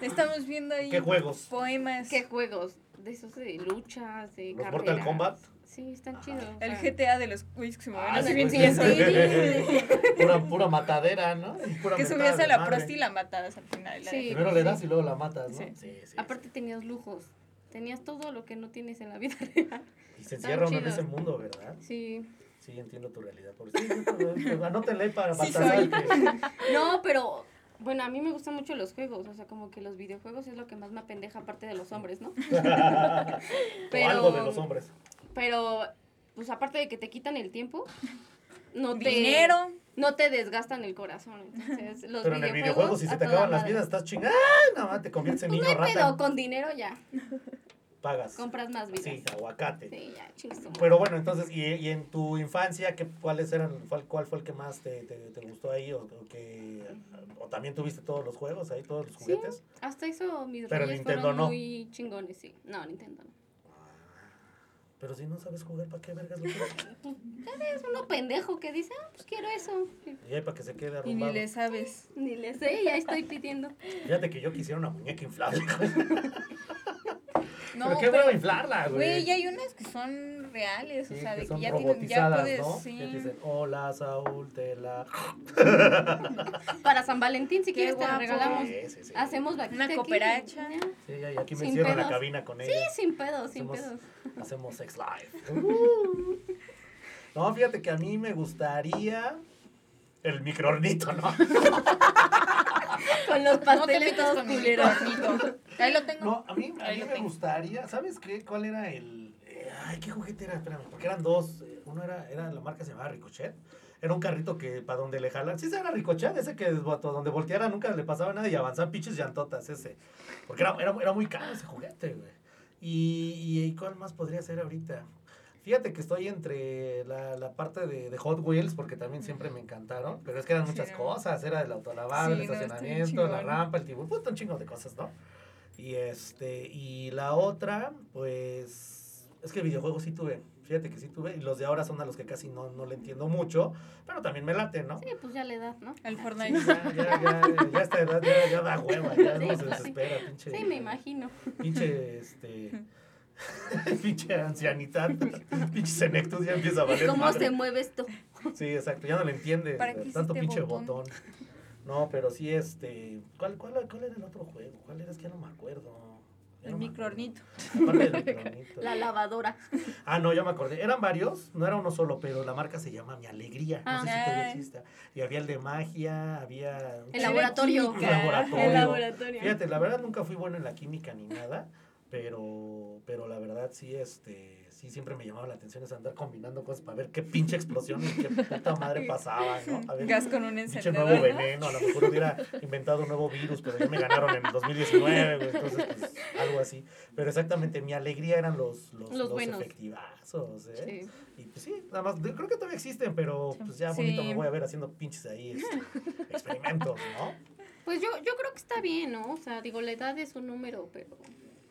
C: Estamos viendo ahí
B: ¿Qué juegos?
C: poemas.
D: ¿Qué juegos? De esos de luchas, de
B: ¿Los
D: carreras.
B: Mortal Kombat?
D: Sí, están chidos. o
C: El
D: sea.
C: GTA de los güeyes que se mueven
B: Ah,
C: así
B: sí,
C: bien
B: sí,
C: siguientes.
B: sí. Pura, pura matadera, ¿no? Pura
C: Que
B: mentada
C: subías a
B: de
C: la
B: madre.
C: prosti y la matabas al final. la
D: Sí.
C: de-
B: Primero le das y luego la matas, ¿no?
C: Sí.
B: sí.
D: Aparte tenías lujos. Tenías todo lo que no tienes en la vida real.
B: Y se
D: Están
B: encierra uno en
D: chidos.
B: ese mundo, ¿verdad?
D: Sí.
B: Sí, entiendo tu realidad. Por sí, yo también, anótenle para
C: Sí,
B: Baltasar
C: soy.
B: que-
D: No, pero bueno, a mí me gustan mucho los juegos, o sea, como que los videojuegos es lo que más me apendeja aparte de los hombres, ¿no?
B: O
D: Pero-
B: algo de los hombres.
D: Pero pues aparte de que te quitan el tiempo, no te
C: Dinero.
D: no te desgastan el corazón, entonces los
B: Pero en el videojuego,
D: videojuegos
B: si se
D: a
B: te
D: toda
B: acaban las
D: madre.
B: vidas, estás chingada. Nada más te conviertes en
D: Pues
B: niño
D: no hay
B: rata.
D: pedo, con dinero ya
B: Pagas.
D: compras más vidas.
B: Sí,
D: Sí,
B: aguacate.
D: ya, chingues tu madre.
B: Pero bueno, entonces, ¿y, y en tu infancia ¿qué, cuáles eran, cuál, cuál fue el que más te, te, te gustó ahí? O, o que, ¿O también tuviste todos los juegos ahí, todos los
D: Sí.
B: juguetes?
D: Hasta eso mis
B: Pero
D: reyes
B: Nintendo
D: fueron
B: no.
D: muy chingones, sí. No, Nintendo no.
B: Pero si no sabes jugar, ¿para qué vergas lo quieres?
D: Es uno pendejo que dice, ah, pues quiero eso.
B: Y ahí para que se quede
C: Y ni
B: arrumbado.
C: le sabes.
D: Ni le sé, ya estoy pidiendo.
B: Fíjate que yo quisiera una muñeca inflable.
C: No,
B: pero qué bueno inflarla, güey.
C: Güey, ya hay unas que son reales,
B: Sí,
C: o sea,
B: que
C: de que
B: son
C: ya tienen, ya
B: robotizadas,
C: puedes,
B: ¿no?
C: sí.
B: Que dicen, hola, Saúl, te la...
D: Para San Valentín, si
C: Qué
D: quieres, te la
C: guapo.
D: regalamos.
B: Sí, sí, sí.
D: Hacemos vaquita
C: Una
D: aquí,
C: cooperacha.
D: ya.
B: Sí, ya, y aquí me
D: Sin
B: encierro en la
D: pedos.
B: cabina con
D: Sí,
B: ella.
D: sin pedos, sin
B: Hacemos-
D: pedos.
B: Hacemos sex live. Uh. No, fíjate que a mí me gustaría... El microornito, ¿no?
D: Con los pasteles
C: metas
D: todos
C: con mi
D: culeros.
C: hornito. Ahí lo tengo.
B: No, a mí, a
C: Ahí
B: mí
C: lo
B: me
C: tengo.
B: gustaría, ¿sabes qué? ¿Cuál era el...? eh, ay, ¿qué juguete era? Espérame, porque eran dos. eh, Uno era, era la marca se llamaba Ricochet. Era un carrito que para donde le jalan... Sí, ese era Ricochet, ese que desbotó, donde volteara nunca le pasaba nada y avanzaban pinches llantotas ese. Porque era, era, era muy caro ese juguete, güey. Y, y, ¿y cuál más podría ser ahorita? Fíjate que estoy entre la, la parte de, de Hot Wheels, porque también siempre me encantaron, pero es que eran
C: Sí,
B: muchas
C: era-
B: cosas, era el autolavado, el
C: Sí, no, está bien
B: estacionamiento, la
C: chingón.
B: rampa, el tiburón, puta, un chingo de cosas, ¿no? Y este, y la otra, pues, es que videojuegos sí tuve, fíjate que sí tuve, y los de ahora son a los que casi no, no le entiendo mucho, pero también me late, ¿no?
D: Sí, pues ya la edad, ¿no?
C: El
B: Sí,
C: Fortnite.
B: ya, ya, ya, ya a esta edad ya, ya da hueva, ya no se desespera, pinche.
D: Sí, me imagino.
B: Pinche, este, pinche ancianidad, pinche senectud ya empieza a valer
D: ¿Cómo
B: madre.
C: este
D: se mueve esto?
B: Sí, exacto, ya no le entiendes.
C: ¿Para
B: güey,
C: qué
B: tanto
C: hiciste
B: pinche botón?
C: botón?
B: No, pero sí, este. ¿cuál, cuál, cuál era el otro juego? ¿Cuál era? Es que ya no me acuerdo. Ya
C: El
B: no me
C: microornito.
B: acuerdo. Aparte del microornito.
D: La lavadora.
B: Ah, no, ya me acordé. Eran varios, no era uno solo, pero la marca se llama Mi Alegría. No sé si todavía
C: Ah.
B: exista. Y había el de magia, había.
D: El laboratorio.
B: El laboratorio.
D: El laboratorio.
B: Fíjate, la verdad nunca fui bueno en la química ni nada. Pero, pero la verdad sí, este, sí siempre me llamaba la atención es andar combinando cosas para ver qué pinche explosión y qué puta madre pasaba, ¿no? A ver,
C: Gas con un
B: pinche
C: encendedor.
B: nuevo
C: ¿no?
B: veneno, a lo mejor hubiera inventado un nuevo virus, pero ya me ganaron en el 2019, güey, entonces pues, algo así. Pero exactamente, mi alegría eran los, los,
D: Los
B: los
D: buenos.
B: efectivazos, ¿eh?
D: Sí.
B: Y pues sí, nada más, yo creo que todavía existen, pero pues ya
C: Sí.
B: bonito me voy a ver haciendo pinches ahí este, experimentos, ¿no?
D: Pues yo, yo creo que está bien, ¿no? O sea, digo, la edad es un número, pero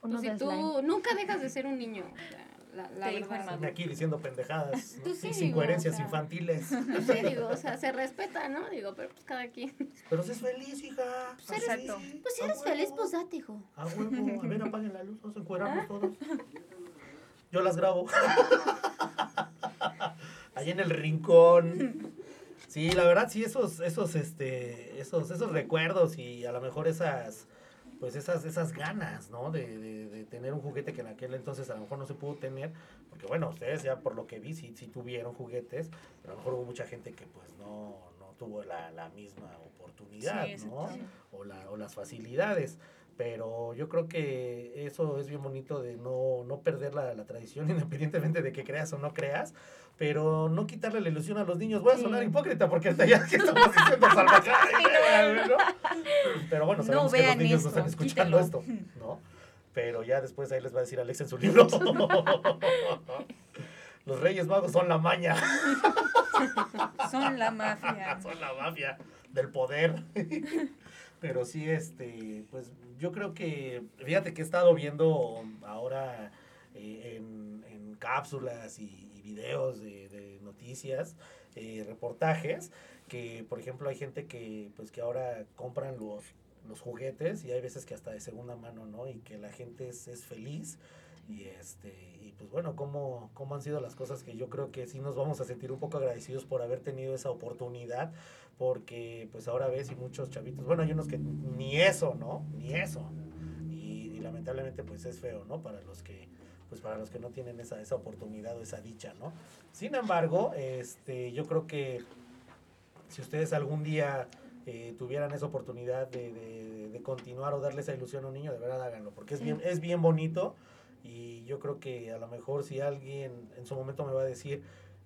E: Uno
D: pues,
E: de
D: si tú
E: slime.
D: nunca dejas de ser un niño, o sea, la, la
C: Te dijo el
D: verdad.
C: mamá.
B: Estarme aquí diciendo pendejadas, ¿no?
D: Pues sí,
B: Pinches
D: digo,
B: incoherencias
D: o sea.
B: infantiles.
D: Pues sí, digo, o sea, se respeta, ¿no? Digo, pero pues cada quien.
B: Pero si es feliz, hija.
D: Pues eres-
B: Así.
D: Pues si
B: A
D: eres
B: huevo.
D: feliz, pues date, hijo.
B: A huevo, a ver, apaguen la luz, nos
C: Ah.
B: encueramos todos. Yo las grabo. Allí en el rincón. Sí, la verdad, sí, esos, esos, este, esos, esos recuerdos y a lo mejor esas, pues esas, esas ganas, ¿no? De, de- de tener un juguete que en aquel entonces a lo mejor no se pudo tener. Porque bueno, ustedes ya por lo que vi, sí, sí tuvieron juguetes, pero a lo mejor hubo mucha gente que pues no, no tuvo la, la misma oportunidad,
C: Sí,
B: ¿no?
C: exacto.
B: O, la, o las facilidades. Pero yo creo que eso es bien bonito de no, no perder la, la tradición, independientemente de que creas o no creas, pero no quitarle la ilusión a los niños. Voy a
E: Sí.
B: sonar hipócrita porque hasta ya que estamos diciendo salvajadas, ¿no? Pero bueno,
C: No
B: sabemos que los
C: vean
B: niños no
C: esto,
B: están escuchando
C: quítenlo.
B: esto, ¿no? Pero ya después ahí les va a decir Alex en su libro. los Reyes Magos son la maña.
C: Son la mafia.
B: Son la mafia del poder. Pero sí, este, pues yo creo que, fíjate que he estado viendo ahora eh, en, en cápsulas y, y videos de, de noticias, eh, reportajes, que por ejemplo hay gente que, pues que ahora compran los, los juguetes y hay veces que hasta de segunda mano, ¿no? Y que la gente es, es feliz. Y, este, y pues bueno, ¿cómo, cómo han sido las cosas que yo creo que sí nos vamos a sentir un poco agradecidos por haber tenido esa oportunidad, porque pues ahora ves y muchos chavitos, bueno, hay unos que ni eso, ¿no? Ni eso. Y, y lamentablemente pues es feo, ¿no? Para los que pues para los que no tienen esa, esa oportunidad o esa dicha, ¿no? Sin embargo, este, yo creo que si ustedes algún día eh, tuvieran esa oportunidad de, de- de continuar o darle esa ilusión a un niño, de verdad háganlo, porque es,
E: Sí.
B: bien, es bien bonito y yo creo que a lo mejor si alguien en su momento me va a decir,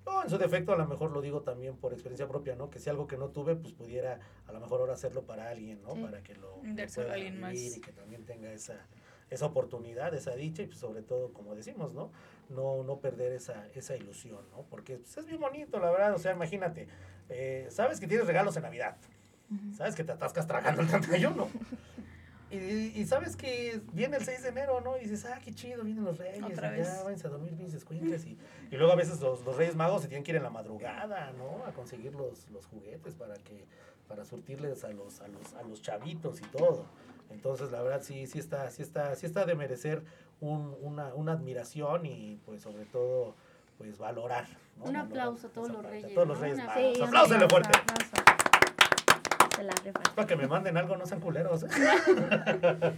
B: no, en su defecto a lo mejor lo digo también por experiencia propia, ¿no? Que si algo que no tuve, pues pudiera a lo mejor ahora hacerlo para alguien, ¿no?
E: Sí.
B: Para que lo, lo
C: Dárselo a
B: pueda
C: alguien más.
B: vivir y que también tenga esa, esa oportunidad, esa dicha y pues, sobre todo, como decimos, ¿no? No, no perder esa, esa ilusión, ¿no? Porque pues, es bien bonito, la verdad, o sea, imagínate, eh, sabes que tienes regalos en Navidad, sabes que te atascas tragando el 31. Y, y- y sabes que viene el 6 de enero, ¿no? Y dices, ah, qué chido, vienen los reyes.
C: Otra
B: y Ya,
C: vez.
B: váyanse a dormir, pinches cuincas. Y, y luego a veces los, los reyes magos se tienen que ir en la madrugada, ¿no? A conseguir los, los juguetes para que para surtirles a los, a los, a los chavitos y todo. Entonces, la verdad, sí, sí está, sí está, sí está de merecer un- una, una admiración y, pues, sobre todo, pues, valorar. ¿no?
D: Un
B: Valorar
D: aplauso a todos
B: esa
D: los
B: parte,
D: reyes,
B: todos los
D: ¿no?
B: reyes
D: Un
B: magos.
D: aplauso.
E: Sí, un
B: ¡Apláusenle fuerte!
E: aplauso. Se la rifan.
B: Para que me manden algo, no sean culeros. ¿eh? Para que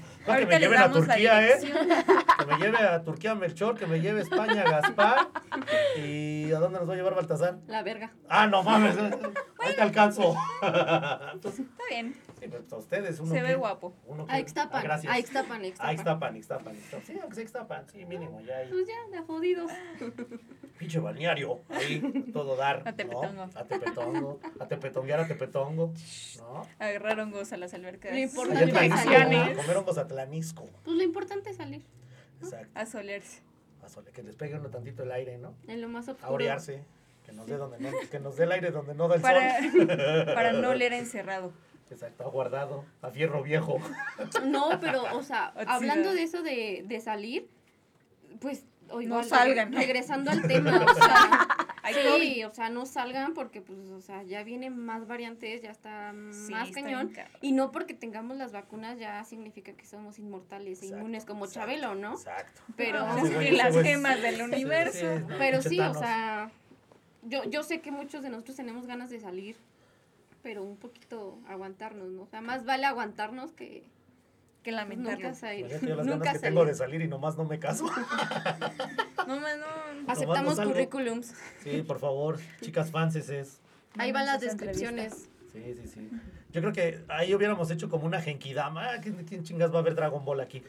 B: me
C: Ahorita les
B: lleven a
C: damos la
B: Turquía, ¿eh?
C: dirección.
B: Que me lleve a Turquía Melchor, que me lleve a España Gaspar. ¿Y a dónde nos va a llevar Baltasar?
D: La verga.
B: Ah, no mames. Ahí te alcanzo. Entonces,
C: Está bien.
B: sí, pues, a ustedes uno
C: Se ve
B: que-
C: guapo.
B: uno que-
D: A Ixtapan.
B: Ah, gracias.
D: A Ixtapan,
B: A
D: Ixtapan.
B: Ixtapan, Ixtapan, Ixtapan. Sí, aunque sea Ixtapan, sí, mínimo, ya ahí.
D: Pues ya, de jodidos.
B: Pinche balneario, ahí, todo dar.
C: A Tepetongo.
B: ¿no? A Tepetongo. A Tepetonguear a Tepetongo, ¿no?
C: Agarraron gozo a las albercas.
D: Lo importante
B: Allá en
D: Los
B: Tlanisco,
D: paisanes.
B: a
E: ¿eh?
B: comer hongos a Tlanisco.
D: Pues lo importante es salir.
B: Exacto.
C: A solerse.
B: a sole- que les pegue uno tantito el aire, ¿no?
D: En lo más
B: A
D: oscuro.
B: orearse, que nos dé donde no, que nos dé el aire donde no da el
C: Para,
B: sol.
C: para no leer encerrado.
B: Exacto, a guardado, a fierro viejo.
D: No, pero, o sea,
C: Oxidado.
D: hablando de eso de, de salir, pues, o igual,
C: salgan, ¿no?
D: Regresando al tema, o sea,
C: Hay
D: sí, o sea, no salgan porque, pues, o sea, ya vienen más variantes, ya está
C: Sí,
D: más
C: está
D: cañón.
C: bien cabrón.
D: Y no porque tengamos las vacunas ya significa que somos inmortales e
B: Exacto,
D: inmunes como
B: exacto,
D: Chabelo, ¿no?
B: Exacto.
D: Pero,
C: Ah,
B: Ese güey-
C: Y las
B: ese güey-
C: gemas del universo.
D: pero
B: pinche
D: sí, o
B: Thanos.
D: sea, yo, yo sé que muchos de nosotros tenemos ganas de salir, pero un poquito aguantarnos, ¿no? O sea, más vale aguantarnos que
C: Que
D: pues, nunca
C: lamentarnos.
D: salir.
B: Imagínate yo las ganas
D: Nunca
B: que tengo
D: salir.
B: de salir y nomás no me caso.
C: No, ma, no.
D: Aceptamos
B: salgo.
D: currículums.
B: Sí, por favor, chicas fanses.
D: Ahí van las
E: Mándenos esa
D: descripciones.
B: Sí, Sí, sí, sí. Yo creo que ahí hubiéramos hecho como una genkidama. Ah, ¿Quién, quién chingas va a haber Dragon Ball aquí?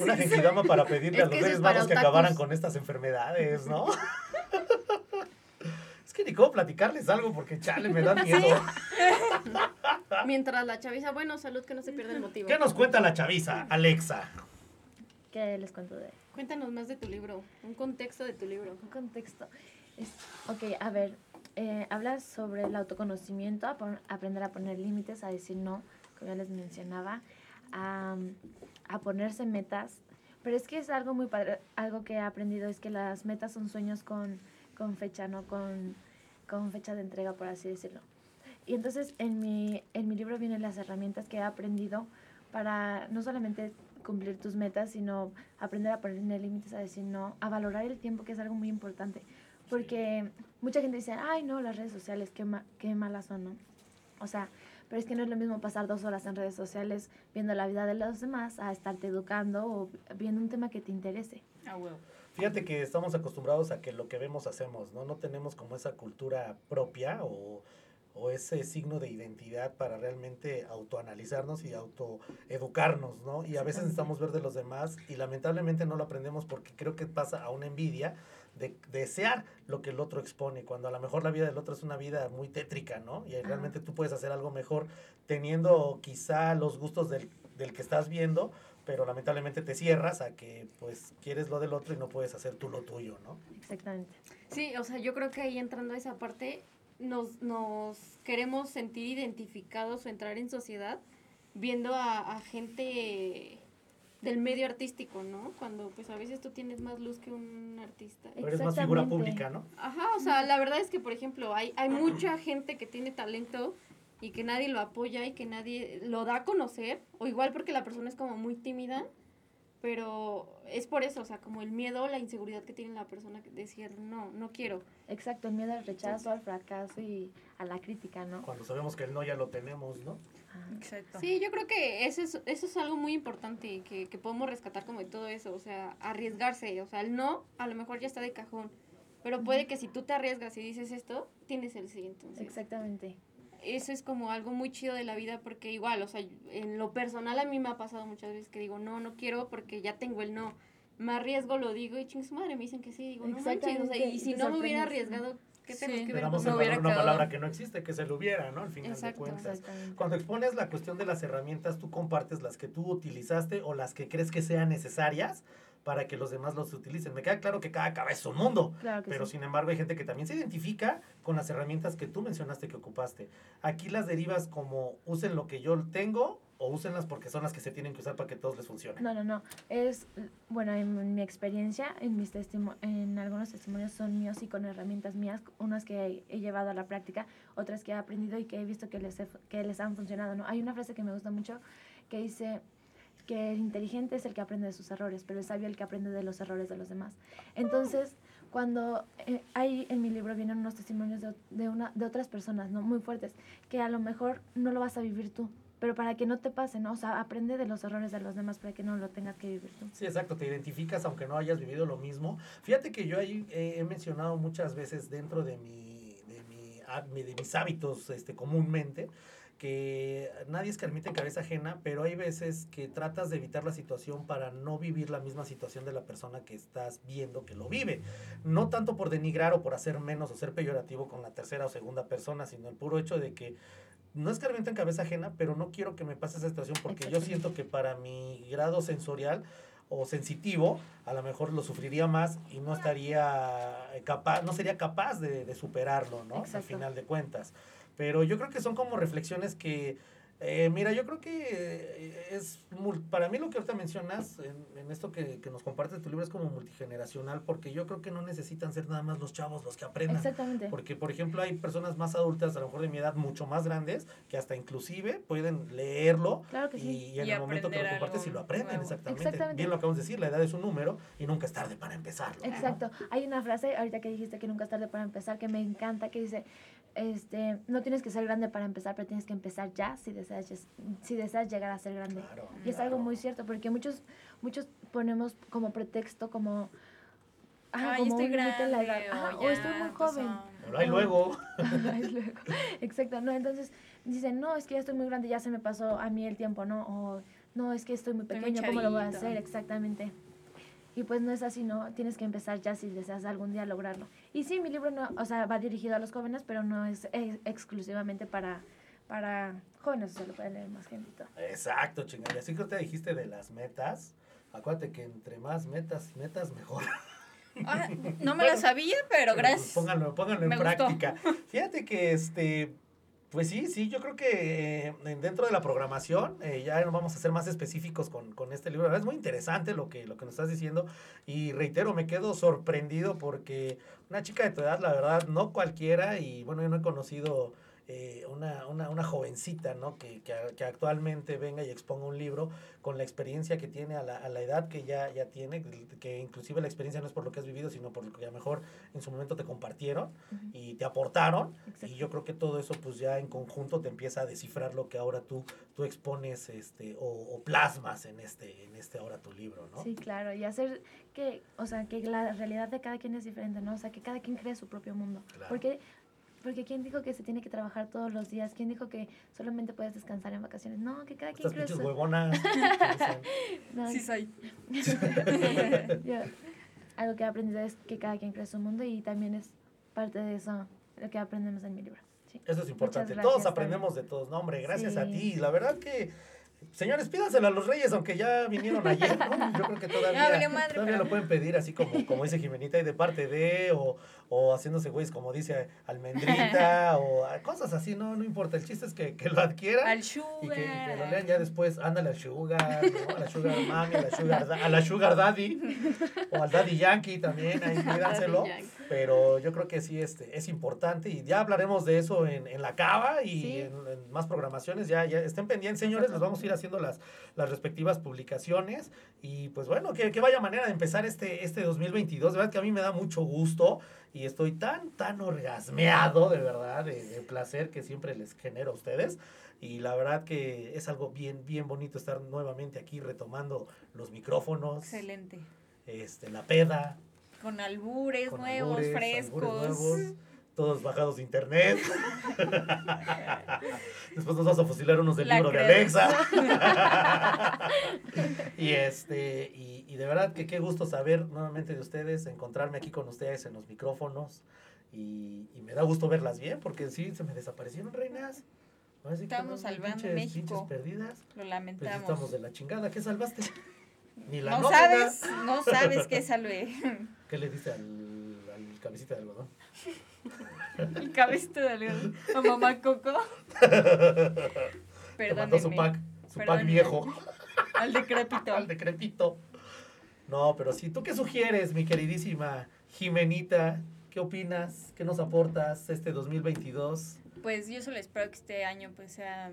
B: Una genkidama para pedirle
D: Es
B: a los
D: que eso
B: seres
D: es para
B: magos que
D: otakus.
B: acabaran con estas enfermedades, ¿no? es que ni cómo platicarles algo porque chale, me da miedo.
D: Mientras la chaviza, bueno, salud, que no se pierda el motivo.
B: ¿Qué nos cuenta la chaviza, Alexa?
E: ¿Qué les cuento de
D: Cuéntanos más de tu libro, un contexto de tu libro.
E: un contexto? Es, ok, a ver, eh, habla sobre el autoconocimiento, a pon- aprender a poner límites, a decir no, como ya les mencionaba, a, a ponerse metas. Pero es que es algo muy padre, algo que he aprendido es que las metas son sueños con, con fecha, no con, con fecha de entrega, por así decirlo. Y entonces en mi, en mi libro vienen las herramientas que he aprendido para no solamente cumplir tus metas, sino aprender a poner límites, a decir no, a valorar el tiempo, que es algo muy importante. Porque mucha gente dice, ay, no, las redes sociales, qué, ma- qué malas son, ¿no? O sea, pero es que no es lo mismo pasar dos horas en redes sociales viendo la vida de los demás a estarte educando o viendo un tema que te interese.
C: Ah, huevo.
B: Fíjate que estamos acostumbrados a que lo que vemos hacemos, ¿no? No tenemos como esa cultura propia o, o ese signo de identidad para realmente autoanalizarnos y autoeducarnos, ¿no? Y a veces necesitamos ver de los demás y lamentablemente no lo aprendemos porque creo que pasa a una envidia de desear lo que el otro expone, cuando a lo mejor la vida del otro es una vida muy tétrica, ¿no? Y realmente tú puedes hacer algo mejor teniendo quizá los gustos del, del que estás viendo, pero lamentablemente te cierras a que pues quieres lo del otro y no puedes hacer tú lo tuyo, ¿no?
E: Exactamente.
D: Sí, o sea, yo creo que ahí entrando a esa parte, nos, nos queremos sentir identificados o entrar en sociedad viendo a, a gente del medio artístico, ¿no? Cuando pues a veces tú tienes más luz que un artista.
B: Pero eres más figura
E: Exactamente.
B: pública, ¿no?
D: Ajá, o sea, la verdad es que, por ejemplo, hay, hay mucha gente que tiene talento y que nadie lo apoya y que nadie lo da a conocer, o igual porque la persona es como muy tímida, pero es por eso, o sea, como el miedo, la inseguridad que tiene la persona que decir, no, no quiero.
E: Exacto, el miedo al rechazo, al fracaso y a la crítica, ¿no?
B: Cuando sabemos que el no ya lo tenemos, ¿no?
E: Ajá.
C: Exacto.
D: Sí, yo creo que eso es, eso es algo muy importante y que, que podemos rescatar como de todo eso, o sea, arriesgarse, o sea, el no a lo mejor ya está de cajón, pero puede que si tú te arriesgas y dices esto, tienes el sí, entonces.
E: Exactamente.
D: eso es como algo muy chido de la vida porque igual, o sea, en lo personal a mí me ha pasado muchas veces que digo, no, no quiero porque ya tengo el no. Me arriesgo, lo digo y ching su madre, me dicen que sí, digo, no manches, o sea,
E: Exactamente,
D: y si
E: te
D: no me hubiera
E: sorprendes.
D: arriesgado, ¿qué
C: Sí.
D: tenemos que
B: Le
C: Le
D: ver? Pues
B: damos
C: no
B: en
C: hubiera
B: valor una
C: quedado.
B: palabra que no existe, que se lo hubiera, ¿no? Al final
D: Exacto.
B: de cuentas.
E: Exactamente.
B: Cuando expones la cuestión de las herramientas, tú compartes las que tú utilizaste o las que crees que sean necesarias para que los demás los utilicen. Me queda claro que cada cabeza es un mundo.
E: Claro que
B: Pero
E: sí.
B: sin embargo hay gente que también se identifica con las herramientas que tú mencionaste que ocupaste. Aquí las derivas como usen lo que yo tengo o úsenlas porque son las que se tienen que usar para que todos les funcione.
E: No, no, no. Es, bueno, en mi experiencia, en, mis testimo- en algunos testimonios son míos y con herramientas mías, unas que he, he llevado a la práctica, otras que he aprendido y que he visto que les, he fu- que les han funcionado, ¿no? Hay una frase que me gusta mucho que dice que el inteligente es el que aprende de sus errores, pero el sabio el que aprende de los errores de los demás. Entonces, cuando eh, hay en mi libro vienen unos testimonios de, ot- de una, de otras personas, ¿no? Muy fuertes, que a lo mejor no lo vas a vivir tú, pero para que no te pase, ¿no? O sea, aprende de los errores de los demás para que no lo tengas que vivir tú.
B: Sí, exacto, te identificas aunque no hayas vivido lo mismo. Fíjate que yo ahí eh, he mencionado muchas veces dentro de mi, de mi, há- mi- de mis hábitos este, comúnmente que nadie es carmita en cabeza ajena, pero hay veces que tratas de evitar la situación para no vivir la misma situación de la persona que estás viendo que lo vive. No tanto por denigrar o por hacer menos o ser peyorativo con la tercera o segunda persona, sino el puro hecho de que no es carmita en cabeza ajena, pero no quiero que me pase esa situación porque yo
E: Exactamente.
B: siento que para mi grado sensorial o sensitivo, a lo mejor lo sufriría más y no estaría capaz, no sería capaz de, de superarlo, ¿no? Al
E: Exacto.
B: final de cuentas. Pero yo creo que son como reflexiones que, eh, mira, yo creo que eh, es, mul- para mí lo que ahorita mencionas en, en esto que, que nos comparte tu libro es como multigeneracional, porque yo creo que no necesitan ser nada más los chavos los que aprendan.
E: Exactamente.
B: Porque, por ejemplo, hay personas más adultas, a lo mejor de mi edad, mucho más grandes, que hasta inclusive pueden leerlo
E: Claro que
B: y,
E: sí.
B: y en
C: Y
B: el momento que lo
C: aprender
B: compartes
C: algo
B: y lo aprenden,
C: nuevo.
B: exactamente.
E: Exactamente.
B: Bien lo acabamos de decir, la edad es un número y nunca es tarde para empezarlo. ¿no?
E: Exacto. Hay una frase ahorita que dijiste que nunca es tarde para empezar que me encanta que dice este, no tienes que ser grande para empezar, pero tienes que empezar ya si deseas si deseas llegar a ser grande.
B: Claro,
E: Y es algo
B: claro.
E: muy cierto porque muchos muchos ponemos como pretexto como ah,
C: Ay,
E: como
C: estoy
E: Ah, un límite en
C: grande.
E: la edad. Ajá, o
C: ya,
E: estoy muy
C: pues,
E: joven.
C: ah,
B: Pero ahí luego.
E: Ay, luego. Exacto, no, entonces dicen, no, es que ya estoy muy grande, ya se me pasó a mí el tiempo, ¿no? O, no, es que estoy muy
C: Estoy muy
E: pequeño, ¿cómo lo voy a
C: chavito".
E: hacer? Exactamente. Y pues no es así, ¿no? Tienes que empezar ya si deseas algún día lograrlo. Y sí, mi libro, no, o sea, va dirigido a los jóvenes, pero no es eh, exclusivamente para, para jóvenes, o sea, lo pueden leer más gente y todo.
B: Exacto, chingada. Así que te dijiste de las metas. Acuérdate que entre más metas, metas mejor.
C: Ah, no me la sabía, pero
B: pues,
C: gracias.
B: Pónganlo, pónganlo en
C: Me gustó.
B: práctica. Fíjate que este. Pues sí, sí, yo creo que eh, en- dentro de la programación eh, ya nos vamos a ser más específicos con, con este libro. La verdad es muy interesante lo que, lo que nos estás diciendo y reitero, me quedo sorprendido porque una chica de tu edad, la verdad, no cualquiera y bueno, yo no he conocido eh, una, una, una jovencita, ¿no? Que, que, que actualmente venga y exponga un libro con la experiencia que tiene a la, a la edad que ya, ya tiene, que inclusive la experiencia no es por lo que has vivido, sino por lo que a lo mejor en su momento te compartieron
E: Ujú.
B: y te aportaron.
E: Exacto.
B: Y yo creo que todo eso, pues ya en conjunto te empieza a descifrar lo que ahora tú, tú expones este, o, o plasmas en este, en este ahora tu libro, ¿no?
E: Sí, claro, y hacer que, o sea, que la realidad de cada quien es diferente, ¿no? O sea, que cada quien cree su propio mundo.
B: Claro.
E: Porque, porque ¿quién dijo que se tiene que trabajar todos los días? ¿Quién dijo que solamente puedes descansar en vacaciones? No, que cada quien
B: Estas
E: cree
B: pinches
E: su...
B: huevonas.
E: No,
C: Sí soy.
E: yo- algo que he aprendido es que cada quien cree su mundo y también es parte de eso lo que aprendemos en mi libro. Sí.
B: Eso es importante.
E: Muchas gracias,
B: todos aprendemos de todos. No, hombre, gracias a
E: Sí.
B: ti. Y La verdad que, señores, pídanselo a los reyes, aunque ya vinieron ayer. ¿no? Yo creo que
C: Ya
B: todavía,
C: valió madre,
B: todavía
C: pero-
B: lo pueden pedir así como, como dice Jimenita y de parte de, o, o haciéndose güeyes como dice Almendrita, o a- cosas así. No, no importa. El chiste es que, que lo adquieran.
C: Al
B: Y que, y que lo
C: sugar.
B: lean ya después, ándale al sugar, ¿no? a la sugar mami, a la sugar, da- a la sugar daddy, o al daddy yankee también, ahí pídanselo.
D: Daddy Yankee.
B: Pero yo creo que sí este, es importante y ya hablaremos de eso en, en la cava y
E: Sí.
B: en, en más programaciones. Ya, ya estén pendientes, señores, les vamos a ir haciendo las, las respectivas publicaciones. Y pues bueno, que, que vaya manera de empezar este, este 2022. De verdad que a mí me da mucho gusto y estoy tan, tan orgasmeado, de verdad, de, de placer que siempre les genero a ustedes. Y la verdad que es algo bien, bien bonito estar nuevamente aquí retomando los micrófonos,
C: Excelente.
B: este, la peda,
C: Con albures
B: con
C: nuevos,
B: albures,
C: frescos.
B: albures nuevos, todos bajados de internet. Después nos vas a fusilar unos del
C: La
B: libro de
C: credencial.
B: Alexa. y este, y, y de verdad que qué gusto saber nuevamente de ustedes, encontrarme aquí con ustedes en los micrófonos. Y, y me da gusto verlas bien, porque sí, se me desaparecieron reinas. Ahora sí que
C: Estamos
B: no,
C: salvando
B: pinches-
C: México.
B: pinches perdidas.
C: Lo
B: Pues
C: lamentamos.
B: estamos de la chingada. ¿Qué salvaste? Ni la
C: no
B: nómina.
C: sabes, no sabes qué salvé.
B: ¿Qué le diste al, al cabecita de algodón?
C: El cabecito de algodón. A mamá Coco.
B: Te mandó su
C: Perdónenme.
B: pack, su pack
C: Perdónenme.
B: viejo,
C: Al decrépito.
B: al decretito. No, pero sí, ¿tú qué sugieres, mi queridísima Jimenita? ¿Qué opinas? ¿Qué nos aportas este 2022?
C: Pues yo solo espero que este año pues sea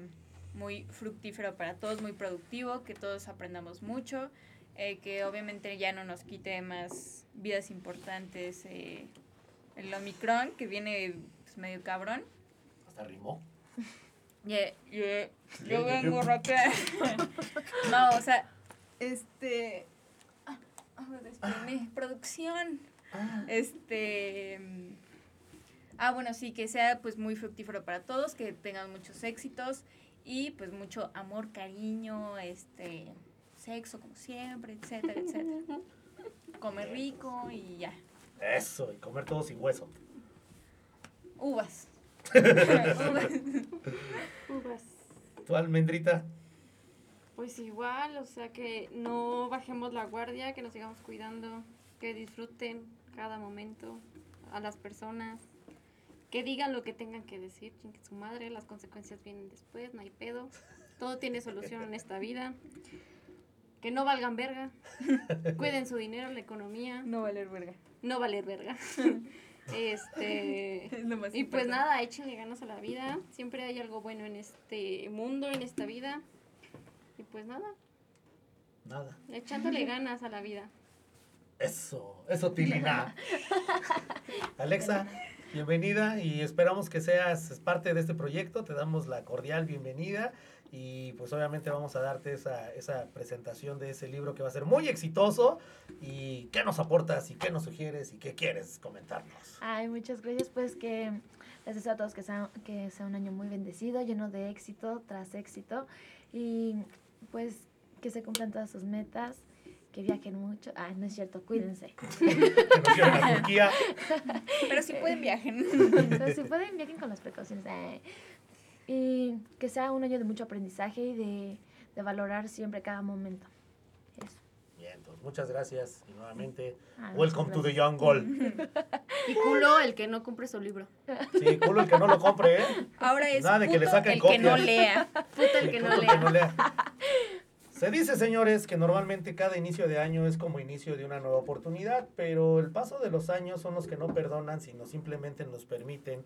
C: muy fructífero para todos, muy productivo, que todos aprendamos mucho, eh, que obviamente ya no nos quite más vidas importantes eh, el Omicron, que viene pues, medio cabrón.
B: Hasta rimó.
C: Ye- ye-
B: Ye-
C: yo
B: ye-
C: vengo
B: ye.
C: rapea. no, o sea, este... ah, ah, me despeiné. Producción.
B: Ah,
C: Este. mm, Ah, bueno, sí, que sea pues muy fructífero para todos, que tengan muchos éxitos y pues mucho amor, cariño, este, sexo como siempre, etcétera, etcétera. Comer rico y ya.
B: eso, y comer todo sin hueso.
C: Uvas. Uvas.
D: Uvas.
B: ¿Tú, almendrita?
D: Pues igual, o sea que no bajemos la guardia, que nos sigamos cuidando, que disfruten cada momento a las personas, que digan lo que tengan que decir, chingue su madre, las consecuencias vienen después, no hay pedo, todo tiene solución en esta vida, que no valgan verga, cuiden su dinero, la economía,
C: No valer verga.
D: no valer verga. Este,
C: Es lo más
D: y pues
C: importante.
D: nada, échenle ganas a la vida. Siempre hay algo bueno en este mundo, en esta vida. Y pues nada,
B: Nada.
D: echándole ganas a la vida.
B: Eso, eso, Tilina. Alexa, Bienvenida y esperamos que seas parte de este proyecto. Te damos la cordial bienvenida y pues obviamente vamos a darte esa, esa presentación de ese libro que va a ser muy exitoso. ¿Y qué nos aportas y qué nos sugieres y qué quieres comentarnos?
E: Ay, muchas gracias. Pues que les deseo a todos que sea, que sea un año muy bendecido, lleno de éxito tras éxito. Y pues que se cumplan todas sus metas, que viajen mucho. Ah, no es cierto, cuídense.
B: Que nos lleven a Turquía.
C: Pero sí pueden viajar.
E: Entonces, si pueden, viajen con las precauciones. Ay. Y que sea un año de mucho aprendizaje y de, de valorar siempre cada momento. Eso.
B: Bien, entonces muchas gracias y nuevamente
E: Ah,
B: welcome to
E: muchas
B: the
E: gracias.
B: young goal.
D: Y culo el que no compre su libro.
B: Sí, culo el que no lo compre, ¿eh?
C: Ahora es
B: Nada de que le
C: puto
B: saquen
C: el que
B: copias.
C: no lea.
D: Puta el que
B: Sí,
D: no
B: culo
D: lea.
B: Se dice, señores, que normalmente cada inicio de año es como inicio de una nueva oportunidad, pero el paso de los años son los que no perdonan, sino simplemente nos permiten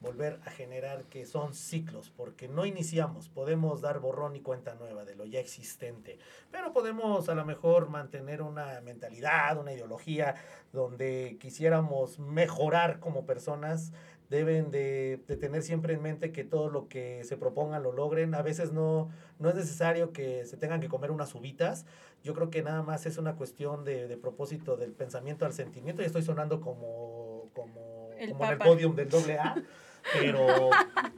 B: volver a generar que son ciclos, porque no iniciamos, podemos dar borrón y cuenta nueva de lo ya existente, pero podemos a lo mejor mantener una mentalidad, una ideología donde quisiéramos mejorar como personas, deben de, de tener siempre en mente que todo lo que se propongan lo logren. A veces no, no es necesario que se tengan que comer unas uvitas. Yo creo que nada más es una cuestión de, de propósito del pensamiento al sentimiento. Ya estoy sonando como, como,
C: El
B: como en el
C: Papa.
B: podium del doble A. Pero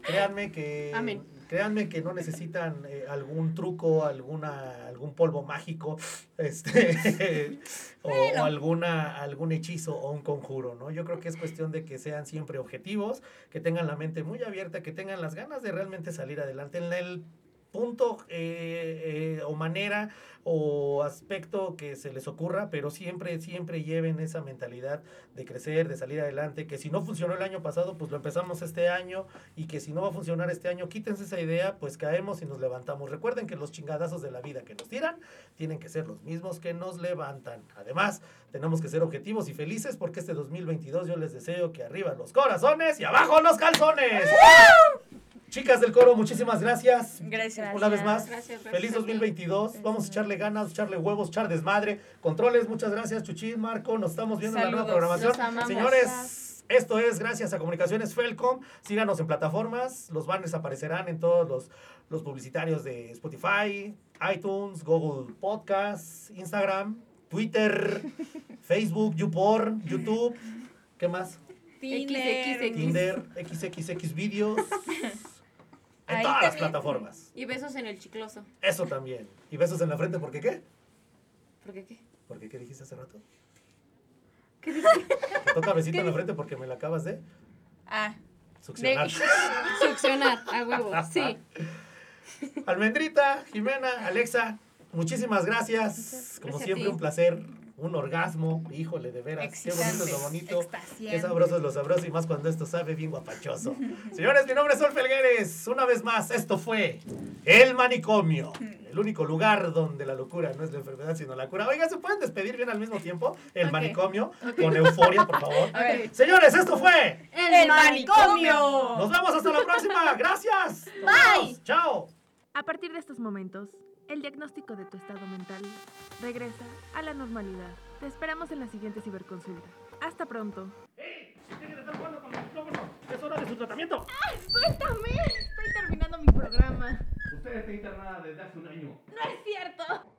B: créanme que,
D: Amén.
B: créanme que no necesitan eh, algún truco, alguna, algún polvo mágico, este, o, o
C: Bueno.
B: alguna, algún hechizo o un conjuro, ¿no? Yo creo que es cuestión de que sean siempre objetivos, que tengan la mente muy abierta, que tengan las ganas de realmente salir adelante en el punto eh, eh, o manera o aspecto que se les ocurra, pero siempre, siempre lleven esa mentalidad de crecer, de salir adelante, que si no funcionó el año pasado, pues lo empezamos este año y que si no va a funcionar este año, quítense esa idea, pues caemos y nos levantamos. Recuerden que los chingadazos de la vida que nos tiran tienen que ser los mismos que nos levantan. Además, tenemos que ser objetivos y felices porque este 2022 yo les deseo que arriba los corazones y abajo los calzones. Chicas del coro, muchísimas gracias.
C: Gracias.
B: Una vez más,
D: Gracias, gracias
B: feliz
D: a ti.
B: 2022. Vamos a echarle ganas, echarle huevos, echar desmadre. Controles, muchas gracias, Chuchín, Marco. Nos estamos viendo en la nueva
C: Saludos.
B: programación.
D: Los amamos.
B: Señores, esto es gracias a Comunicaciones Felcom. Síganos en plataformas. Los banners aparecerán en todos los, los publicitarios de Spotify, iTunes, Google Podcasts, Instagram, Twitter, Facebook, YouPorn, YouTube. ¿Qué más?
C: Tinder.
B: Tinder, XXX Videos. En
C: Ahí
B: todas las
C: también.
B: plataformas.
D: Y besos en el chicloso.
B: Eso también. Y besos en la frente, ¿por qué qué?
D: ¿Por qué qué?
B: ¿Por qué qué dijiste hace rato?
D: ¿Qué dice?
B: Te toca besito en la frente porque me la acabas de
C: Ah,
B: succionar.
D: Succionar, a huevo. Sí.
B: Almendrita, Jimena, Alexa, muchísimas gracias. Como
D: gracias a
B: siempre,
D: ti.
B: un placer, un orgasmo. Híjole, de veras. Qué
C: Excitante,
B: bonito es lo bonito. Qué
C: extasiante.
B: sabroso es lo sabroso y más cuando esto sabe bien guapachoso. Señores, mi nombre es Sol Felgueres. Una vez más, esto fue El Manicomio. El único lugar donde la locura no es la enfermedad, sino la cura. Oiga, ¿se pueden despedir bien al mismo tiempo? El
D: Ok.
B: manicomio. Con euforia, por favor.
C: a ver.
B: Señores, esto fue.
D: El,
C: ¡El
D: manicomio.
C: manicomio!
B: Nos vemos hasta la próxima. Gracias. Bye. Chao.
F: A partir de estos momentos, el diagnóstico de tu estado mental regresa a la normalidad. Te esperamos en la siguiente ciberconsulta. Hasta pronto.
B: Es hora de su tratamiento.
F: Estoy terminando mi programa.
G: Usted está internada desde hace un año.
F: ¡No es cierto!